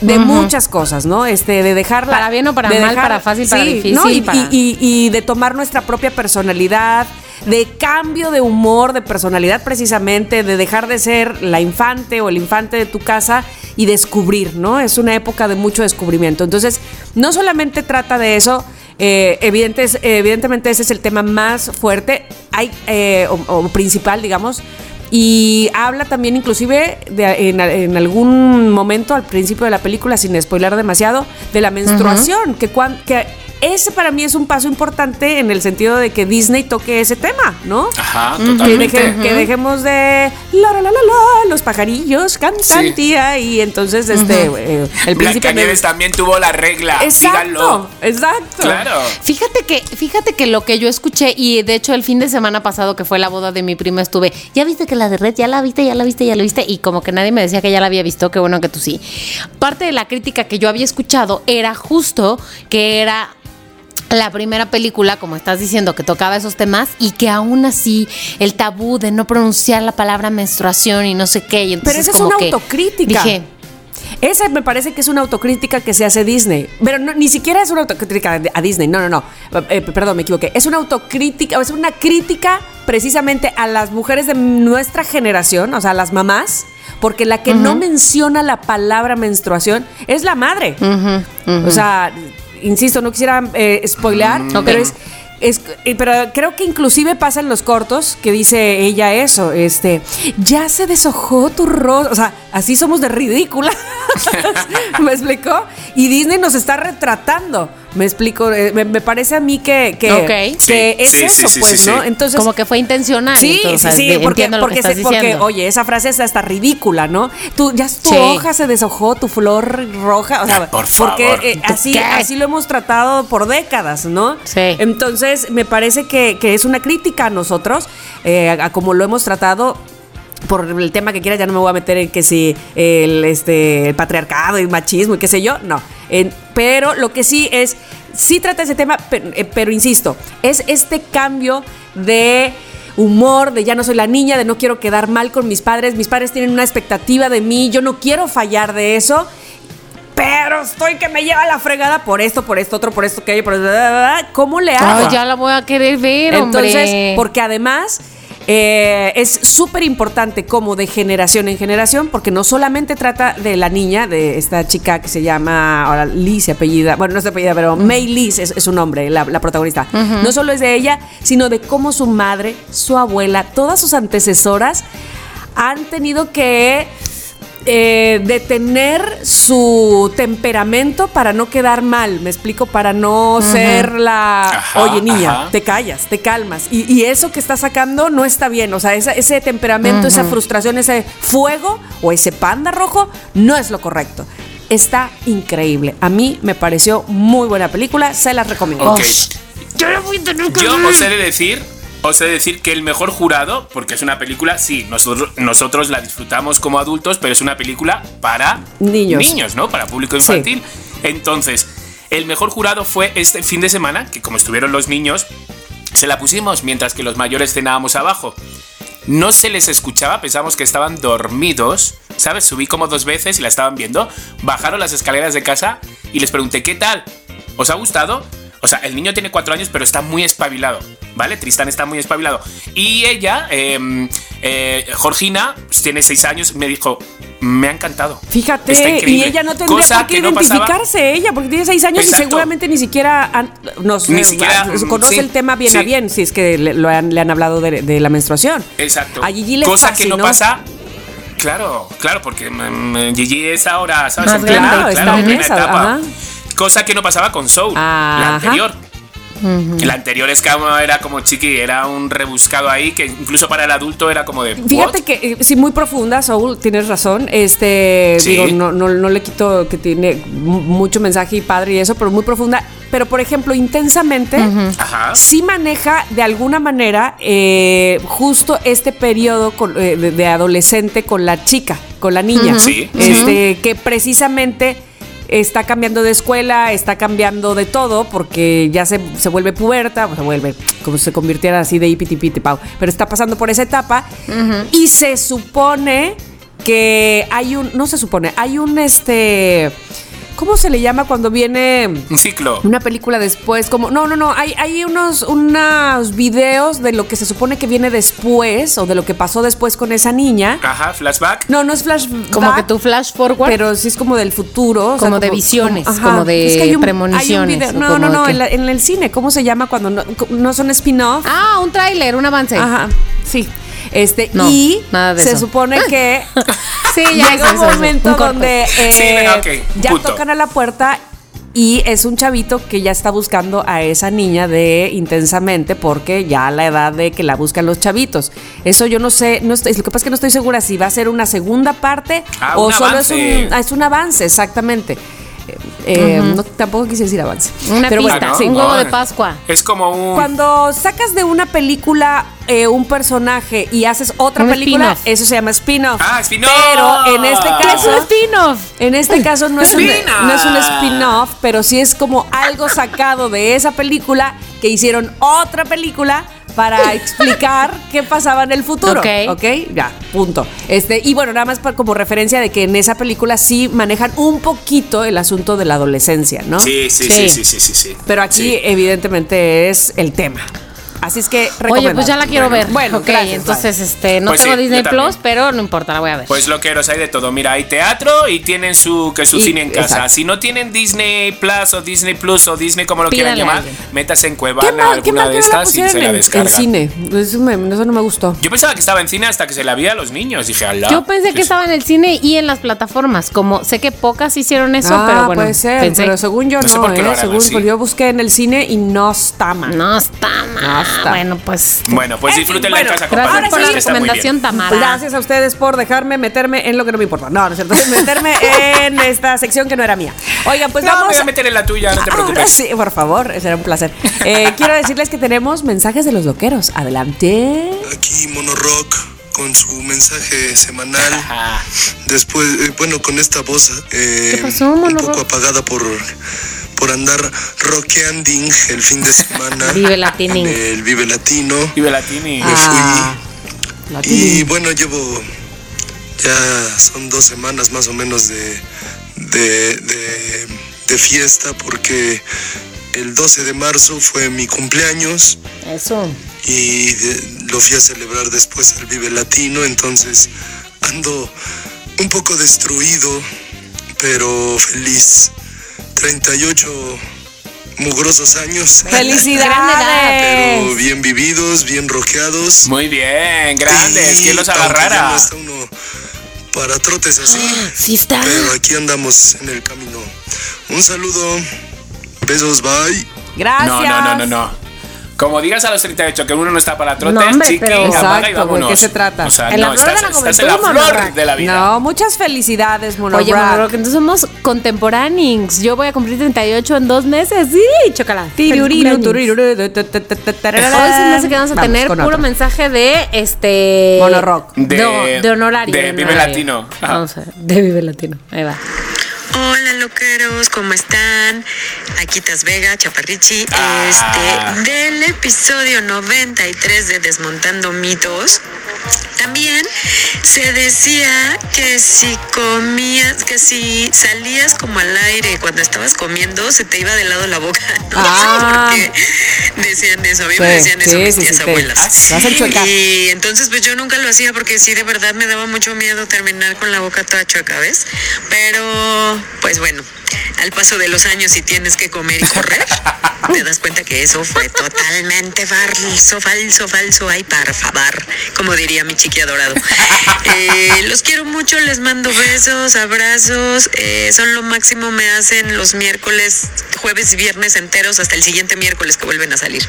D: de muchas cosas, ¿no? Este, de dejarla.
C: Para bien o para
D: de
C: mal, para fácil, para difícil,
D: ¿no? Y,
C: para-
D: y- y- y de tomar nuestra propia personalidad, de cambio de humor, de personalidad precisamente, de dejar de ser la infante o el infante de tu casa y descubrir, ¿no? Es una época de mucho descubrimiento. Entonces, no solamente trata de eso. eh, evidentes- evidentemente ese es el tema más fuerte hay, eh, o- o principal, digamos, y habla también inclusive de- en, en algún momento al principio de la película, sin spoiler demasiado, de la menstruación, que, cuan- que ese para mí es un paso importante en el sentido de que Disney toque ese tema, ¿no?
E: Ajá,
D: Que,
E: totalmente.
D: deje- que dejemos de la, la, la, la, la, los pajarillos cantan,
E: Sí.
D: tía, y entonces este, eh, el príncipe... me-
E: Blancanieves también tuvo la regla.
D: Exacto,
E: Síganlo.
D: exacto.
E: Claro.
C: Fíjate que, fíjate que lo que yo escuché, y de hecho el fin de semana pasado que fue la boda de mi prima, estuve, ya viste que la de red, ya la viste, ya la viste, ya la viste, y como que nadie me decía que ya la había visto, qué bueno que tú sí. Parte de la crítica que yo había escuchado era justo que era la primera película, como estás diciendo, que tocaba esos temas y que aún así el tabú de no pronunciar la palabra menstruación y no sé qué. y entonces
D: esa es
C: como
D: una
C: que
D: autocrítica.
C: Dije,
D: Esa me parece que es una autocrítica que se hace Disney. Pero no- ni siquiera es una autocrítica a Disney. No, no, no. Eh, perdón, me equivoqué. Es una autocrítica, o es una crítica precisamente a las mujeres de nuestra generación, o sea, a las mamás, porque la que no menciona la palabra menstruación es la madre. O sea, insisto, no quisiera eh, spoilear,
C: Mm, ok.
D: pero es. es- eh, pero creo que inclusive pasa en los cortos que dice ella eso, este, ya se deshojó tu rostro, o sea, así somos de ridícula, ¿me explicó? Y Disney nos está retratando, ¿me explico? Eh, me, me parece a mí que, que,
C: Ok.
D: que
E: Sí,
D: es
E: sí, sí,
D: eso,
E: sí,
D: pues,
E: sí,
D: ¿no?
E: sí.
D: Entonces,
C: como que fue intencional.
D: Sí,
C: entonces,
D: sí, sí,
C: de-
D: porque,
C: entiendo lo
D: porque,
C: que estás
D: se- porque,
C: diciendo.
D: oye, esa frase es hasta ridícula, ¿no? Tú, ya tu
C: Sí.
D: hoja se deshojó, tu flor roja, o sea,
E: Por
D: porque
E: favor.
D: eh, así,
C: ¿Qué?
D: así lo hemos tratado por décadas, ¿no?
C: Sí.
D: Entonces, me parece que, que es una crítica a nosotros, eh, a, a como lo hemos tratado. Por el tema que quiera, ya no me voy a meter en que si el, este, el patriarcado y machismo y qué sé yo, no. En- pero lo que sí es, sí trata ese tema, pe- eh, pero, insisto, es este cambio de humor, de ya no soy la niña, de no quiero quedar mal con mis padres, mis padres tienen una expectativa de mí, yo no quiero fallar de eso, pero estoy que me lleva la fregada por esto, por esto, otro, por esto que hay, por ¿Cómo le hago?
C: Ay, ya la voy a querer ver,
D: Entonces,
C: hombre.
D: porque además eh, es súper importante como de generación en generación, porque no solamente trata de la niña, de esta chica que se llama, ahora Lee se apellida, bueno, no es de apellida, pero May Lee es, es su nombre, la, la protagonista. No solo es de ella, sino de cómo su madre, su abuela, todas sus antecesoras han tenido que eh, detener su temperamento para no quedar mal, me explico, para no ser la...
E: Ajá,
D: Oye, niña,
E: ajá.
D: te callas, te calmas. Y, y eso que está sacando no está bien. O sea, esa- ese temperamento, esa frustración, ese fuego o ese panda rojo no es lo correcto. Está increíble. A mí me pareció muy buena película, se las recomiendo.
E: Ok.
C: Osh. yo no voy a tener que
E: Yo
C: ver.
E: os he de decir, os he de decir que el mejor jurado, porque es una película, sí, nosotros, nosotros la disfrutamos como adultos, pero es una película para
D: Niños.
E: ¿no? Para público
D: Sí.
E: infantil. Entonces, el mejor jurado fue este fin de semana, que como estuvieron los niños, se la pusimos mientras que los mayores cenábamos abajo. No se les escuchaba, pensábamos que estaban dormidos. ¿Sabes? Subí como dos veces y la estaban viendo. Bajaron las escaleras de casa y les pregunté, ¿qué tal? ¿Os ha gustado? O sea, el niño tiene cuatro años, pero está muy espabilado. ¿Vale? Tristán está muy espabilado. Y ella, eh, eh, Georgina, pues, tiene seis años, me dijo, me ha encantado. Está
D: Fíjate, y
E: increíble".
D: ella no tendría
E: Cosa
D: por qué
E: que no pasaba-
D: identificarse ella, porque tiene seis años y
E: Exacto.
D: seguramente ni siquiera han- nos
E: Ni
D: eh,
E: siquiera,
D: va-
E: mm,
D: conoce
E: sí,
D: el tema bien
E: sí.
D: a bien, si es que le, lo han, le han hablado de, de la menstruación.
E: Exacto.
D: A Gigi le es
E: Cosa
D: fácil,
E: que no,
D: ¿no?
E: pasa. Claro, claro, porque mm, Gigi es ahora, ¿sabes?
C: Más
E: en plena,
C: grande,
E: claro,
C: está
E: en
C: en
E: plena
D: esa,
E: etapa.
D: ajá.
E: Cosa que no pasaba con Soul,
D: Ajá.
E: la anterior. La anterior es que era como chiqui, era un rebuscado ahí que incluso para el adulto era como de.
D: Fíjate
E: "What?".
D: que eh, sí, muy profunda, Saúl, tienes razón. Este,
E: Sí.
D: digo, no, no, no le quito que tiene mu- mucho mensaje y padre y eso, pero muy profunda. Pero, por ejemplo, intensamente,
E: Ajá.
D: sí maneja de alguna manera eh, justo este periodo con- eh, de, de adolescente con la chica, con la niña.
E: Sí,
D: este, Que precisamente está cambiando de escuela, está cambiando de todo, porque ya se, se vuelve puberta, o se vuelve como si se convirtiera así de ipitipiti, pau. Pero está pasando por esa etapa y se supone que hay un, no se supone, hay un este, ¿cómo se le llama cuando viene?
E: Un ciclo.
D: Una película después, como. No, no, no. Hay, hay unos, unos videos de lo que se supone que viene después o de lo que pasó después con esa niña.
E: Ajá, flashback.
D: No, no es flash.
C: Como que tú flash forward.
D: Pero sí es como del futuro. o sea,
C: Como de visiones, como de
D: hay un-
C: premoniciones,
D: hay un video-
C: o
D: No,
C: como
D: no,
C: de
D: no.
C: qué.
D: En, la- en el cine, ¿cómo se llama cuando no, no son spin-off?
C: Ah, un tráiler, un avance.
D: Ajá. Sí. Este,
C: No,
D: y
C: nada de
D: se
C: eso.
D: supone que
C: Sí, ya
D: llega
C: eso,
D: un
C: eso, eso,
D: momento
C: un corto.
D: donde
E: Sí,
D: eh,
E: venga, ok,
D: ya
E: punto.
D: tocan a la puerta y es un chavito que ya está buscando a esa niña de intensamente porque ya a la edad de que la buscan los chavitos. Eso yo no sé, no estoy- lo que pasa es que no estoy segura si va a ser una segunda parte
E: Ah,
D: o
E: un
D: solo es
E: avance.
D: un ah, es un avance exactamente. Eh, eh, no, tampoco quise decir avance.
C: Una
D: Pero
C: pista,
D: bueno,
E: ¿no?
D: sí.
C: un huevo de Pascua.
E: Es como un.
D: Cuando sacas de una película eh, un personaje y haces otra
C: Un
D: película,
C: spin-off.
D: eso se llama spin-off.
E: Ah, spin-off.
D: Pero en este
C: ¿Qué es un
D: caso.
C: spin-off?
D: En este caso no es, un,
E: Spin-off.
D: no es un spin-off, pero sí es como algo sacado de esa película que hicieron otra película para explicar qué pasaba en el futuro.
C: Ok.
D: ok, ya, punto. Este, y bueno, nada más pa- como referencia de que en esa película sí manejan un poquito el asunto de la adolescencia, ¿no?
E: Sí, sí, sí, sí,
C: Sí.
E: sí, sí, sí.
D: Pero aquí,
E: Sí.
D: evidentemente, es el tema. Así es que
C: Oye, pues ya la quiero
D: recomendable.
C: ver.
D: Bueno,
C: ok,
D: gracias,
C: entonces este, no
E: Pues sí,
C: tengo
E: yo
C: Disney
E: también.
C: Plus, pero no importa, la voy a ver.
E: Pues lo que hay de todo. Mira, hay teatro y tienen su, que su
D: Y-
E: cine en casa.
D: exacto.
E: Si no tienen Disney Plus o Disney Plus o Disney como lo
C: Pídanle
E: quieran
C: a
E: llamar,
C: alguien.
E: métase
D: bye.
E: en
D: ¿Qué
E: Cuevana
D: mal, qué
E: alguna
D: mal
E: de
D: que no la
E: estas y
D: pusieron
E: se la
D: en, en
E: descargan.
D: cine. Eso, me- eso no me gustó.
E: Yo pensaba que estaba en cine hasta que se la vi a los niños. Dije, ala.
C: Yo pensé
E: Sí,
C: que
E: sí.
C: estaba en el cine y en las plataformas, como sé que pocas hicieron eso,
D: Ah,
C: pero bueno,
D: puede ser,
C: pensé,
D: pero según yo no,
E: No sé por qué
D: ¿eh?
E: lo harán
D: según
E: así.
D: pues yo busqué en el cine y no está mal.
C: no está mal.
D: No está.
C: Bueno, pues
E: Bueno, pues
D: En fin,
E: disfrútenla
D: bueno,
E: en casa,
C: gracias
E: compañeros,
C: por
E: que
C: la
E: está muy bien.
C: recomendación, Tamara.
D: Pues Gracias a ustedes por dejarme meterme en lo que no me importa. No, no es cierto, meterme en esta sección que no era mía. Oigan, pues
E: No, me
D: vamos
E: voy a meter en la tuya, no te
D: Ahora
E: preocupes.
D: sí, por favor, será un placer. Eh, quiero decirles que tenemos mensajes de los loqueros. Adelante.
B: Aquí Monorock con su mensaje semanal.
E: Ah,
B: Después, eh, bueno, con esta voz eh,
C: ¿Qué pasó,
B: un
C: Monorock?
B: poco apagada por, por andar rockeanding el fin de semana.
C: Vive Latinín.
B: en El Vive Latino.
E: Vive Latini.
B: Me fui.
D: Ah,
B: Y bueno, llevo ya son dos semanas más o menos de, de, de- de fiesta porque el 12 de marzo fue mi cumpleaños
C: eso.
B: y de- lo fui a celebrar después al Vive Latino, entonces ando un poco destruido, pero feliz. 38 mugrosos años, pero
D: ¡Felicidades!
B: bien vividos, bien roqueados.
E: Muy bien, grandes.
B: Y
E: ¿Quién los
B: aunque ya
E: agarrara?
B: No está uno para trotes así,
C: Sí está.
B: pero aquí andamos en el camino. Un saludo, besos, bye.
D: Gracias.
E: No, no, no, no, no. Como digas a los 38 que uno no está para trote,
C: No, hombre,
E: chiqui,
C: pero-
E: apaga y
D: Exacto, güey,
E: vámonos.
D: ¿qué se trata?
E: O sea,
C: En la
E: no,
C: flor de
E: estás,
C: la
E: estás en la
C: juventud,
E: flor
C: Monarrack.
E: de la vida.
D: No, muchas felicidades, Monobrock.
C: Oye, bueno, que entonces somos contemporáneos. Yo voy a cumplir 38 en dos meses. Sí, chocolate.
D: Tiruriru,
C: Hoy
D: tururiru, tu, tu, tu, tu, tu,
C: se me hace que vamos a
D: Vamos
C: tener
D: con
C: puro
D: otro.
C: mensaje de este.
D: Monorock.
C: De,
E: De-
C: de honorario.
E: de Vive
C: honorario.
E: Latino. Ajá.
C: Vamos a ver, de Vive Latino. Ahí va.
F: Hola loqueros, ¿cómo están? Aquí Tas Vega, Chaparrichi,
E: Ah.
F: este, del episodio 93 de Desmontando Mitos. También se decía que si comías, que si salías como al aire cuando estabas comiendo, se te iba de lado la boca. No
D: Ah.
F: sé por qué decían eso. A mí
D: Sí,
F: me decían eso
D: sí,
F: mis
D: sí, Ah,
F: tías
D: sí, te-
F: abuelas.
D: te hacen chueca.
F: Y entonces pues yo nunca lo hacía porque sí, de verdad me daba mucho miedo terminar con la boca toda chueca, ¿ves? Pero pues bueno, al paso de los años si tienes que comer y correr, te das cuenta que eso fue totalmente falso, falso, falso. Ay, por favor, como diría mi chiqui adorado. Eh, los quiero mucho, les mando besos, abrazos. eh, son lo máximo, me hacen los miércoles, jueves y viernes enteros hasta el siguiente miércoles que vuelven a salir.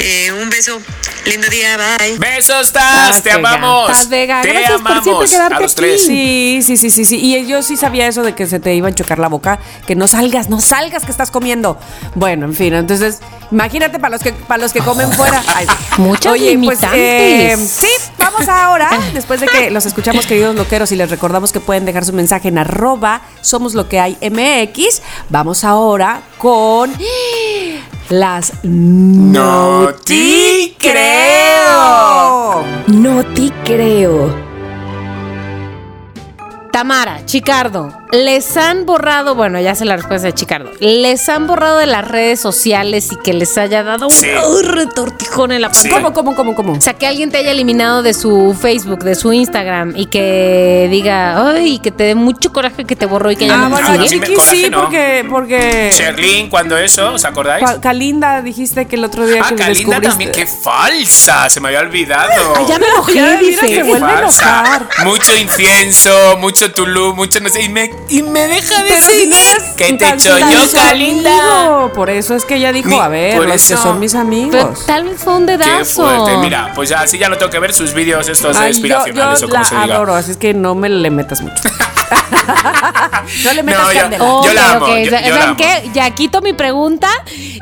F: Eh, un beso, lindo día, bye.
E: Besos, Taz,
C: Taz
E: te
C: Vega.
E: amamos.
C: Taz Vega,
E: te
C: gracias por
E: amamos.
C: siempre quedarte
E: a los
C: aquí.
E: tres.
D: Sí, sí, sí, sí, sí. Y yo sí sabía eso de que se te iban a chocar la boca, que no salgas, no salgas que estás comiendo. Bueno, en fin, entonces, imagínate para los que para los que comen fuera. Ay, sí.
C: Muchas limitantes.
D: sí, vamos ahora, después de que los escuchamos, queridos loqueros, y les recordamos que pueden dejar su mensaje en arroba somos lo que hay MX. Vamos ahora con las
E: No te creo.
D: creo.
G: No te creo.
C: Tamara, Chicardo, les han borrado, bueno, ya sé la respuesta de Chicardo, les han borrado de las redes sociales y que les haya dado un
E: Sí.
C: ¡Ay, retortijón en la
E: Sí.
C: panza.
D: ¿Cómo, cómo, cómo, cómo?
C: O sea, que alguien te haya eliminado de su Facebook, de su Instagram y que diga, ay, que te dé mucho coraje que te borró y que ya
D: Ah,
C: no te
D: bueno,
E: Ah,
C: sigue.
E: sí me-
D: Chiqui
E: coraje,
D: sí,
E: no.
D: porque, porque
E: Sherlyn, cuando eso, ¿os acordáis?
D: Ca- Calinda dijiste que el otro día
E: Ah,
D: que
E: Kalinda
D: descubriste.
E: también, qué falsa, se me había olvidado.
C: Ah, ya me enojé,
D: Ya, mira,
C: dice.
D: se vuelve a
E: Falsa.
D: enojar.
E: Mucho incienso, mucho tulú, mucho no sé. Y me, y me deja de
D: Pero si no
E: seguir.
D: eres
E: que te
D: tan- tan
E: cholló,
D: su
E: Kalinda.
D: amigo. Por eso es que ella dijo,
E: Ni-
D: a ver,
E: por
D: los que
E: eso.
D: son mis
C: Pero
D: amigos.
C: tal vez fue un
E: Qué
C: dedazo.
E: fuerte. Mira, pues así ya no tengo que ver sus vídeos estos de
D: Ay, yo, yo
E: inspiracionales o como
D: la
E: se diga.
D: adoro, así es que no me le metas mucho. no le metas
E: No, yo-
D: candela.
C: Ok,
E: yo la amo,
C: ok,
E: yo- yo la
C: ¿Saben
E: amo.
C: qué? Ya quito mi pregunta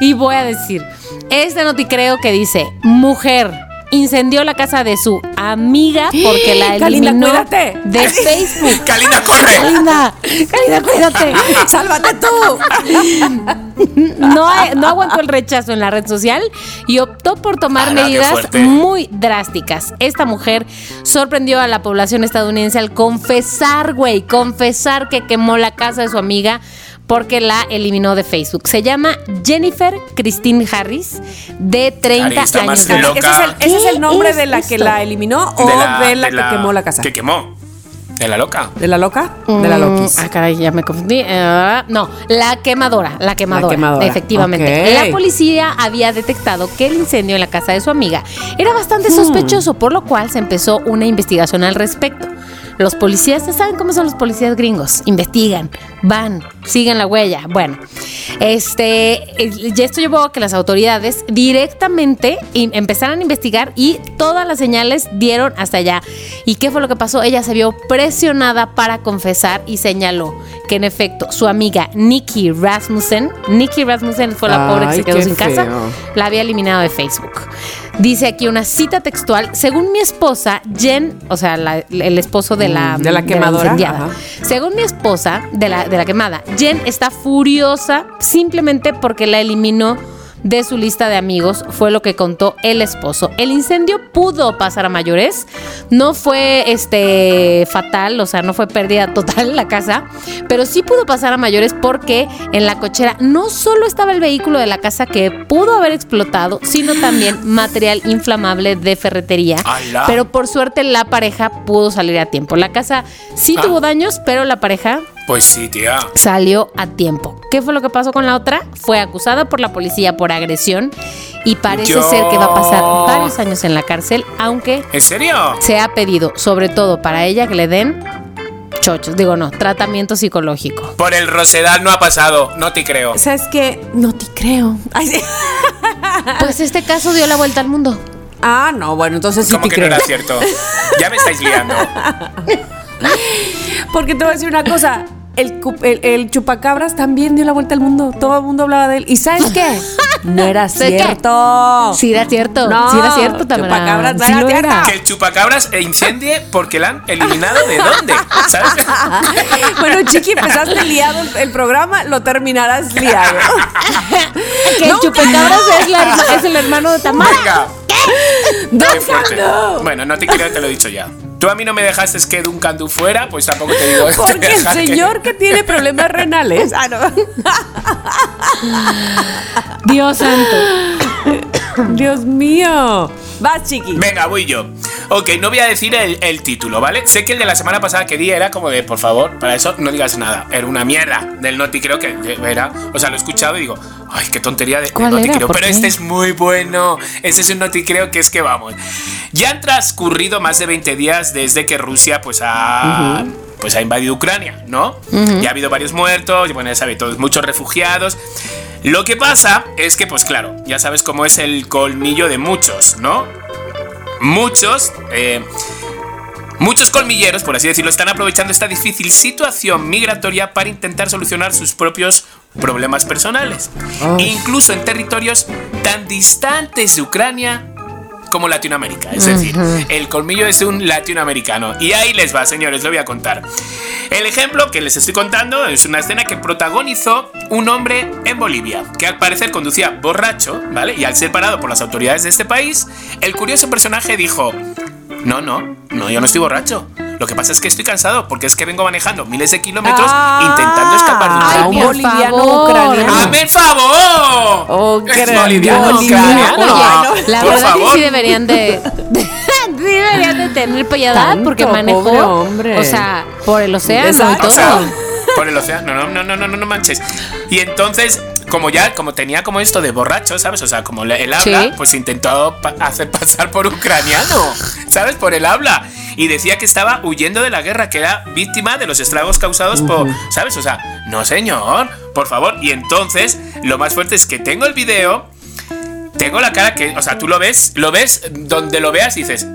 C: y voy a decir. Este no te creo que dice, mujer incendió la casa de su amiga porque la
D: Kalinda,
C: eliminó
D: cuídate.
C: de Facebook.
E: Kalinda, corre.
C: Kalinda, Kalinda, cuídate.
D: ¡Sálvate tú!
C: No, a- no aguantó el rechazo en la red social y optó por tomar
E: Ala, Ah, qué
C: medidas
E: fuerte.
C: muy drásticas. Esta mujer sorprendió a la población estadounidense al confesar, güey, confesar que quemó la casa de su amiga porque la eliminó de Facebook. Se llama Jennifer Christine Harris, de 30
E: Harris, está
C: años
E: más
C: de edad.
E: loca.
D: ¿Ese es, el, ese es el
C: ¿Qué
D: nombre
C: es
D: de la que
C: esto?
D: la eliminó o de la, Oh, que quemó la casa?
E: Que quemó. De la loca.
D: ¿De la loca? De la
C: Mm,
D: loquis.
C: Ah, caray, ya me confundí. Eh, no, la quemadora, la quemadora.
D: quemadora,
C: Efectivamente.
D: ok.
C: La policía había detectado que el incendio en la casa de su amiga era bastante sospechoso, por lo cual se empezó una investigación al respecto. Los policías, ya saben cómo son los policías gringos, investigan, van, siguen la huella. Bueno, este, el- y esto llevó a que las autoridades directamente in- empezaran a investigar y todas las señales dieron hasta allá. ¿Y qué fue lo que pasó? Ella se vio presionada para confesar y señaló que en efecto su amiga Nikki Rasmussen, Nikki Rasmussen fue la pobre que
D: Ay,
C: se quedó
D: qué
C: sin
D: feo.
C: casa, la había eliminado de Facebook. Dice aquí una cita textual, según mi esposa, Jen, o sea, la- el esposo de la,
D: Mm, de la quemadora,
C: incendiada.
D: ajá.
C: Según mi esposa, de la, de la quemada, Jen está furiosa simplemente porque la eliminó de su lista de amigos, fue lo que contó el esposo. El incendio pudo pasar a mayores, no fue este fatal, o sea, no fue pérdida total en la casa, pero sí pudo pasar a mayores porque en la cochera no solo estaba el vehículo de la casa que pudo haber explotado, sino también material inflamable de ferretería,
E: ¡Ala!
C: pero por suerte la pareja pudo salir a tiempo. La casa sí
E: Ah.
C: tuvo daños, pero la pareja
E: Pues sí, tía.
C: salió a tiempo. ¿Qué fue lo que pasó con la otra? Fue acusada por la policía por agresión y parece
E: Yo.
C: ser que va a pasar varios años en la cárcel, aunque
E: ¿En serio?
C: se ha pedido, sobre todo para ella, que le den chochos, digo no, tratamiento psicológico.
E: Por el Rosedal no ha pasado. No te creo.
D: ¿Sabes qué? No te creo. Ay, sí.
C: Pues este caso dio la vuelta al mundo.
D: Ah, no, bueno, entonces sí
E: Como
D: te
E: que no
D: creo.
E: era cierto. Ya me estáis liando.
D: Porque te voy a decir una cosa. El, cu- el- el chupacabras también dio la vuelta al mundo. Todo el mundo hablaba de él. ¿Y sabes qué? No era
C: ¿De qué?
D: cierto.
C: Sí era cierto.
D: Oh. No,
C: sí era cierto, Tamara.
D: chupacabras, no
C: Sí
D: era
C: lo
D: cierto.
E: Que el chupacabras e incendie porque la han eliminado de dónde. ¿Sabes?
D: Bueno, Chiqui, empezaste liado el, el programa, lo terminarás liado.
C: Que el
D: No,
C: chupacabras es, la herma- es el hermano de Tamara.
E: Venga. Qué fuerte.
D: ¡Duncan,
E: Bueno, no te quiero, te lo he dicho ya. Tú a mí no me dejaste que Duncan Du fuera, pues tampoco te digo.
D: Porque el
E: dejar que-
D: señor que tiene problemas renales. Ah, no.
C: Dios santo.
D: Dios mío. Vas, Chiqui.
E: Venga, voy yo. Ok, no voy a decir el, el título, ¿vale? Sé que el de la semana pasada que di era como de, por favor, para eso no digas nada. Era una mierda del Noti, creo que era. O sea, lo he escuchado y digo, ay, qué tontería de,
C: ¿Cuál
E: del Noti
C: era?
E: Creo.
C: ¿Por
E: Pero
C: qué?
E: este es muy bueno. Este es un Noti Creo que es que vamos. Ya han transcurrido más de 20 días desde que Rusia, pues, ha. Pues ha invadido Ucrania, ¿no? Ya ha habido varios muertos, y bueno, ya sabe, todos, muchos refugiados. Lo que pasa es que, pues claro, ya sabes cómo es el colmillo de muchos, ¿no? muchos, eh, muchos colmilleros, por así decirlo, están aprovechando esta difícil situación migratoria para intentar solucionar sus propios problemas personales, incluso en territorios tan distantes de Ucrania como Latinoamérica, es decir, el colmillo es un latinoamericano. Y ahí les va, señores, lo voy a contar. El ejemplo que les estoy contando es una escena que protagonizó un hombre en Bolivia, que al parecer conducía borracho, ¿vale? Y al ser parado por las autoridades de este país, el curioso personaje dijo, no, no, no, yo no estoy borracho. Lo que pasa es que estoy cansado porque es que vengo manejando miles de kilómetros
D: Ah.
E: intentando escapar de un Ah,
D: Ay,
E: trauma".
D: un
C: por
D: boliviano
C: favor.
D: ucraniano.
E: ¡Hazme el favor!
D: Oh,
E: Es
D: gran
E: boliviano,
D: boliviano.
E: ucraniano.
C: Oye, la
E: Por
C: verdad
E: favor.
C: que sí deberían de. sí deberían de tener piedad
D: Tanto,
C: porque manejó.
D: pobre hombre.
C: O sea, por el océano
D: Exacto.
C: y
E: O sea,
C: todo.
E: por el océano, no, no, no, no, no, no manches. Y entonces, como ya, como tenía como esto de borracho, ¿sabes? O sea, como le- el habla,
C: Sí.
E: pues intentó pa- hacer pasar por ucraniano, ¿sabes? Por el habla. Y decía que estaba huyendo de la guerra, que era víctima de los estragos causados por, ¿sabes? O sea, no señor, por favor. Y entonces, lo más fuerte es que tengo el video, tengo la cara que, o sea, tú lo ves, lo ves donde lo veas y dices,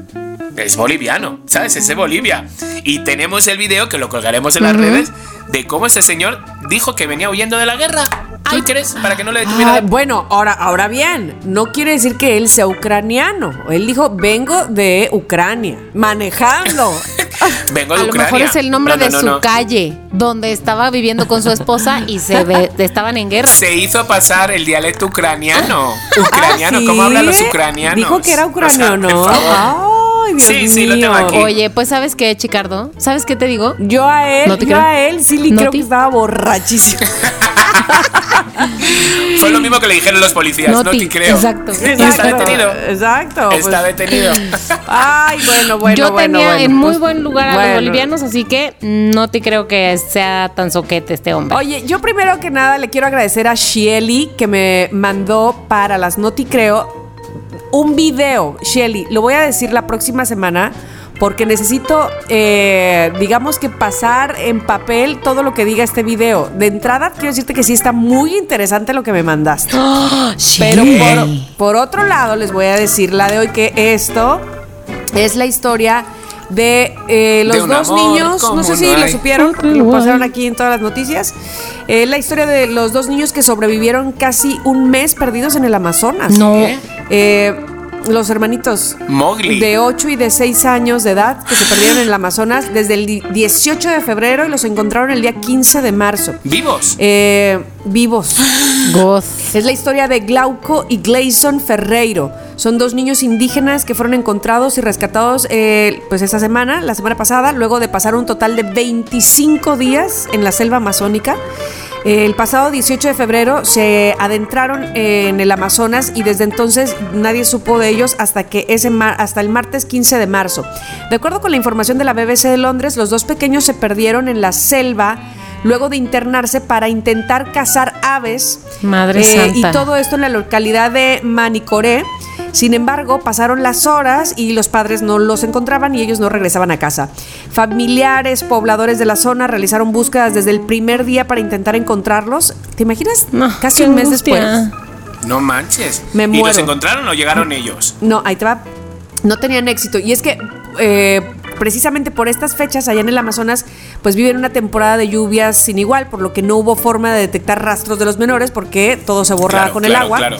E: es boliviano, ¿sabes? Es de Bolivia. Y tenemos el video que lo colgaremos en las redes de cómo este señor dijo que venía huyendo de la guerra. ¿Tú crees? Para que no le detuviera.
D: Ah,
E: la-
D: bueno, ahora, ahora bien, no quiere decir que él sea ucraniano. Él dijo, vengo de Ucrania, manejando.
E: Vengo
C: A
E: de
C: lo
E: Ucrania.
C: mejor es el nombre
E: No, no,
C: de
E: no,
C: su
E: no.
C: calle, donde estaba viviendo con su esposa y se ve- estaban en guerra.
E: Se hizo pasar el dialecto ucraniano.
C: Ah,
E: Ucraniano,
D: ¿Ah, ¿Sí?
E: ¿cómo hablan los ucranianos?
D: Dijo que era
E: O sea,
D: ucraniano,
E: por favor.
C: Ah.
D: ¿no? Ay, Dios
E: Sí, sí, lo
D: mío.
E: tengo aquí.
C: Oye, pues ¿sabes qué, Chicardo? ¿Sabes qué te digo?
D: Yo a él,
C: No te
D: yo
C: creo.
D: a él sí le
C: No
D: creo
C: te-
D: que estaba borrachísimo.
E: Fue lo mismo que le dijeron los policías, no,
C: Noti,
E: te creo.
C: exacto.
E: Y está detenido.
D: Exacto.
E: Está
D: pues.
E: detenido.
D: Ay, bueno, bueno,
C: Yo
D: bueno,
C: tenía
D: bueno,
C: en muy
D: pues,
C: buen lugar a
D: bueno.
C: los bolivianos, así que no te creo que sea tan soquete este hombre.
D: Oye, yo primero que nada le quiero agradecer a Shelly que me mandó para las Noti Creo un video. Shelly, lo voy a decir la próxima semana porque necesito, eh, digamos que pasar en papel todo lo que diga este video. De entrada, quiero decirte que sí está muy interesante lo que me mandaste. Pero por, por otro lado, les voy a decir la de hoy que esto es la historia de eh, los
E: De un
D: dos
E: amor
D: niños. No
E: como
D: sé si
E: no
D: lo
E: hay.
D: supieron, porque lo pasaron aquí en todas las noticias. Eh, la historia de los dos niños que sobrevivieron casi un mes perdidos en el Amazonas.
C: No.
D: Eh, los hermanitos
E: Mowgli.
D: de 8 y de 6 años de edad que se perdieron en el Amazonas desde el di- 18 de febrero y los encontraron el día 15 de marzo.
E: Vivos.
D: Eh, vivos.
C: Goz.
D: Es la historia de Glauco y Gleison Ferreiro. Son dos niños indígenas que fueron encontrados y rescatados eh, pues esa semana, la semana pasada, luego de pasar un total de 25 días en la selva amazónica. Eh, El pasado 18 de febrero se adentraron en el Amazonas y desde entonces nadie supo de ellos hasta que ese mar- hasta el martes 15 de marzo. De acuerdo con la información de la BBC de Londres, los dos pequeños se perdieron en la selva luego de internarse para intentar cazar aves
C: Madre santa.
D: Eh, y todo esto en la localidad de Manicoré. Sin embargo, pasaron las horas y los padres no los encontraban y ellos no regresaban a casa. Familiares, pobladores de la zona realizaron búsquedas desde el primer día para intentar encontrarlos. ¿Te imaginas?
C: No,
D: Casi
C: qué
D: un mes
C: angustia.
D: después.
E: No manches.
D: Me
E: ¿Y los
D: muero.
E: encontraron o llegaron ellos?
D: No, ahí te va. No tenían éxito. Y es que eh, precisamente por estas fechas allá en el Amazonas, pues viven una temporada de lluvias sin igual, por lo que no hubo forma de detectar rastros de los menores porque todo se borraba
E: Claro,
D: con el
E: claro,
D: agua.
E: claro.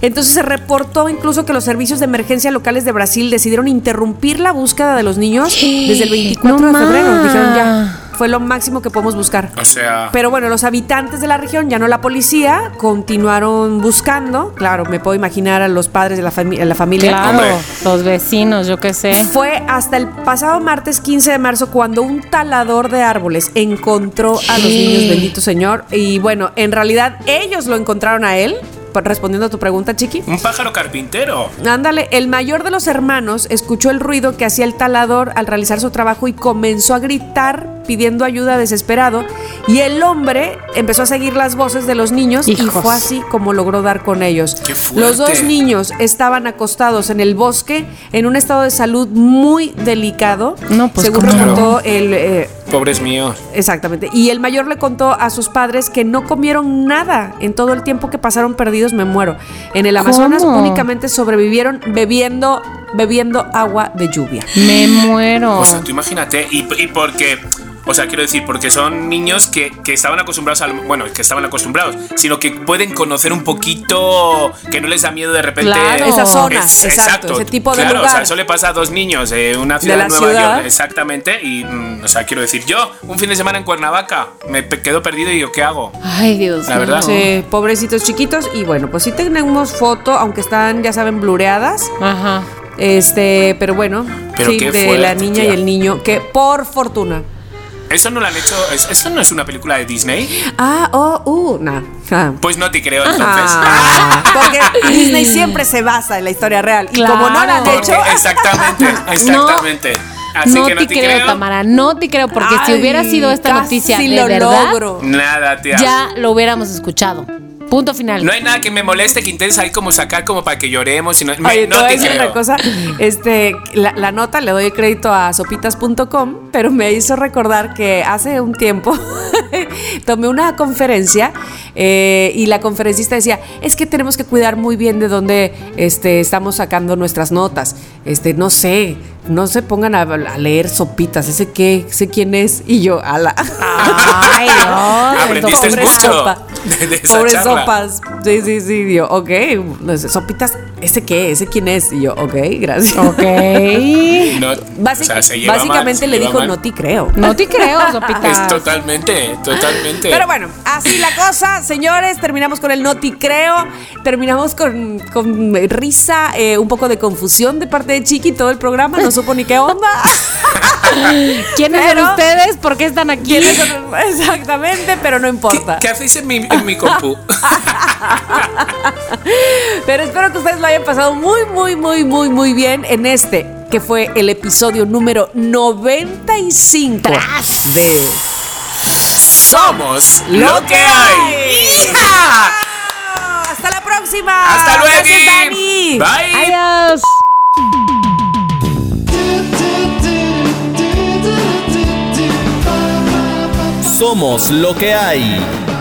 D: Entonces se reportó incluso que los servicios de emergencia locales de Brasil decidieron interrumpir la búsqueda de los niños desde el 24
C: No
D: de febrero.
C: más.
D: Dijeron ya, fue lo máximo que podemos buscar.
E: O sea.
D: Pero bueno, los habitantes de la región, ya no la policía, continuaron buscando. Claro, me puedo imaginar a los padres de la, fami- a la familia.
C: Claro,
E: Hombre.
C: los vecinos, yo qué sé.
D: Fue hasta el pasado martes 15 de marzo cuando un talador de árboles encontró a los niños, bendito señor. Y bueno, en realidad ellos lo encontraron a él, pa- respondiendo a tu pregunta, Chiqui.
E: Un pájaro carpintero.
D: Ándale, el mayor de los hermanos escuchó el ruido que hacía el talador al realizar su trabajo y comenzó a gritar pidiendo ayuda desesperado. Y el hombre empezó a seguir las voces de los niños y
C: Hijos.
D: fue así como logró dar con ellos.
E: ¡Qué fuerte!
D: Los dos niños estaban acostados en el bosque en un estado de salud muy delicado.
C: No, pues,
D: según
C: ¿cómo no?
D: reportó el... eh,
E: Pobres míos.
D: Exactamente. Y el mayor le contó a sus padres que no comieron nada en todo el tiempo que pasaron perdidos, me muero. En el Amazonas
C: ¿Cómo?
D: únicamente sobrevivieron bebiendo, bebiendo agua de lluvia.
C: Me muero.
E: O sea, tú imagínate. Y, y porque. O sea, quiero decir, porque son niños que, que estaban acostumbrados al. Bueno, que estaban acostumbrados, sino que pueden conocer un poquito. Que no les da miedo de repente.
C: Claro.
D: Esa zona,
E: Es-
D: exacto, ese tipo de
E: claro,
D: lugar.
E: O sea, eso le pasa a dos niños de una ciudad de,
D: la
E: Nueva
D: ciudad.
E: York. Exactamente. Y, mm, o sea, quiero decir, yo, un fin de semana en Cuernavaca, me pe- quedo perdido y yo, ¿qué hago?
C: Ay, Dios
E: La verdad.
C: mío.
D: Sí, pobrecitos chiquitos. Y bueno, pues sí tenemos foto, aunque están, ya saben, blureadas.
C: Ajá.
D: Este, pero bueno,
E: Pero
D: sí,
E: qué
D: de
E: fuerte,
D: la niña
E: tía.
D: y el niño, que por fortuna.
E: Eso no lo han hecho. es- Eso no es una película de Disney.
D: Ah, oh, uh, nah. Ah.
E: Pues no te creo entonces.
D: Ah, porque Disney siempre se basa en la historia real. Y como no la han
C: Claro.
D: hecho.
E: Porque- exactamente, exactamente. Así
C: no
E: que no
C: te, creo, Tamara, no te creo, porque si
D: Ay,
C: hubiera sido esta
D: casi
C: noticia de
D: lo
C: verdad,
D: logro.
E: Nada, tía.
C: ya lo hubiéramos escuchado. Punto final.
E: No hay nada que me moleste que intentes ahí como sacar como para que lloremos y no, me-
D: Oye,
E: no
D: te voy a
E: te
D: decir
E: creo.
D: una cosa. Este, la, la nota le doy el crédito a sopitas.com, pero me hizo recordar que hace un tiempo tomé una conferencia eh, y la conferencista decía: Es que tenemos que cuidar muy bien de dónde este, estamos sacando nuestras notas. Este, no sé. No se pongan a, a leer sopitas, ese qué, sé quién es, y yo, ala.
C: Ay, no.
E: Aprendiste
D: Pobre
E: mucho
D: sopa.
E: de- de esa
D: Pobre
E: charla.
D: sopas. Sí, sí, sí. Digo, ok. no sé, Sopitas, ¿ese qué? ¿Ese quién es? Y yo, ok, gracias.
C: Ok.
E: No,
D: Basi-
E: o sea, se lleva mal,
D: básicamente
E: se
D: le
E: lleva
D: dijo,
E: mal.
D: no te creo.
C: No te creo, Sopita.
E: Es totalmente, totalmente.
D: Pero bueno, así la cosa, señores. Terminamos con el noti creo. Terminamos con, con risa, eh, un poco de confusión de parte de Chiqui. Todo el programa no supo ni qué onda.
C: ¿Quiénes
D: Pero-
C: son ustedes? ¿Por qué están aquí?
D: Exactamente, pero no
E: ¿Qué,
D: importa.
E: qué hacéis en mi, en mi compu?
D: Pero espero que ustedes lo hayan pasado muy, muy, muy, muy, muy bien en este, que fue el episodio número 95 de
E: Somos lo que hay. ¡Hija!
D: ¡Hasta la próxima!
E: ¡Hasta luego!
D: Gracias, Dani.
E: Bye.
C: Adiós.
A: Somos lo que hay.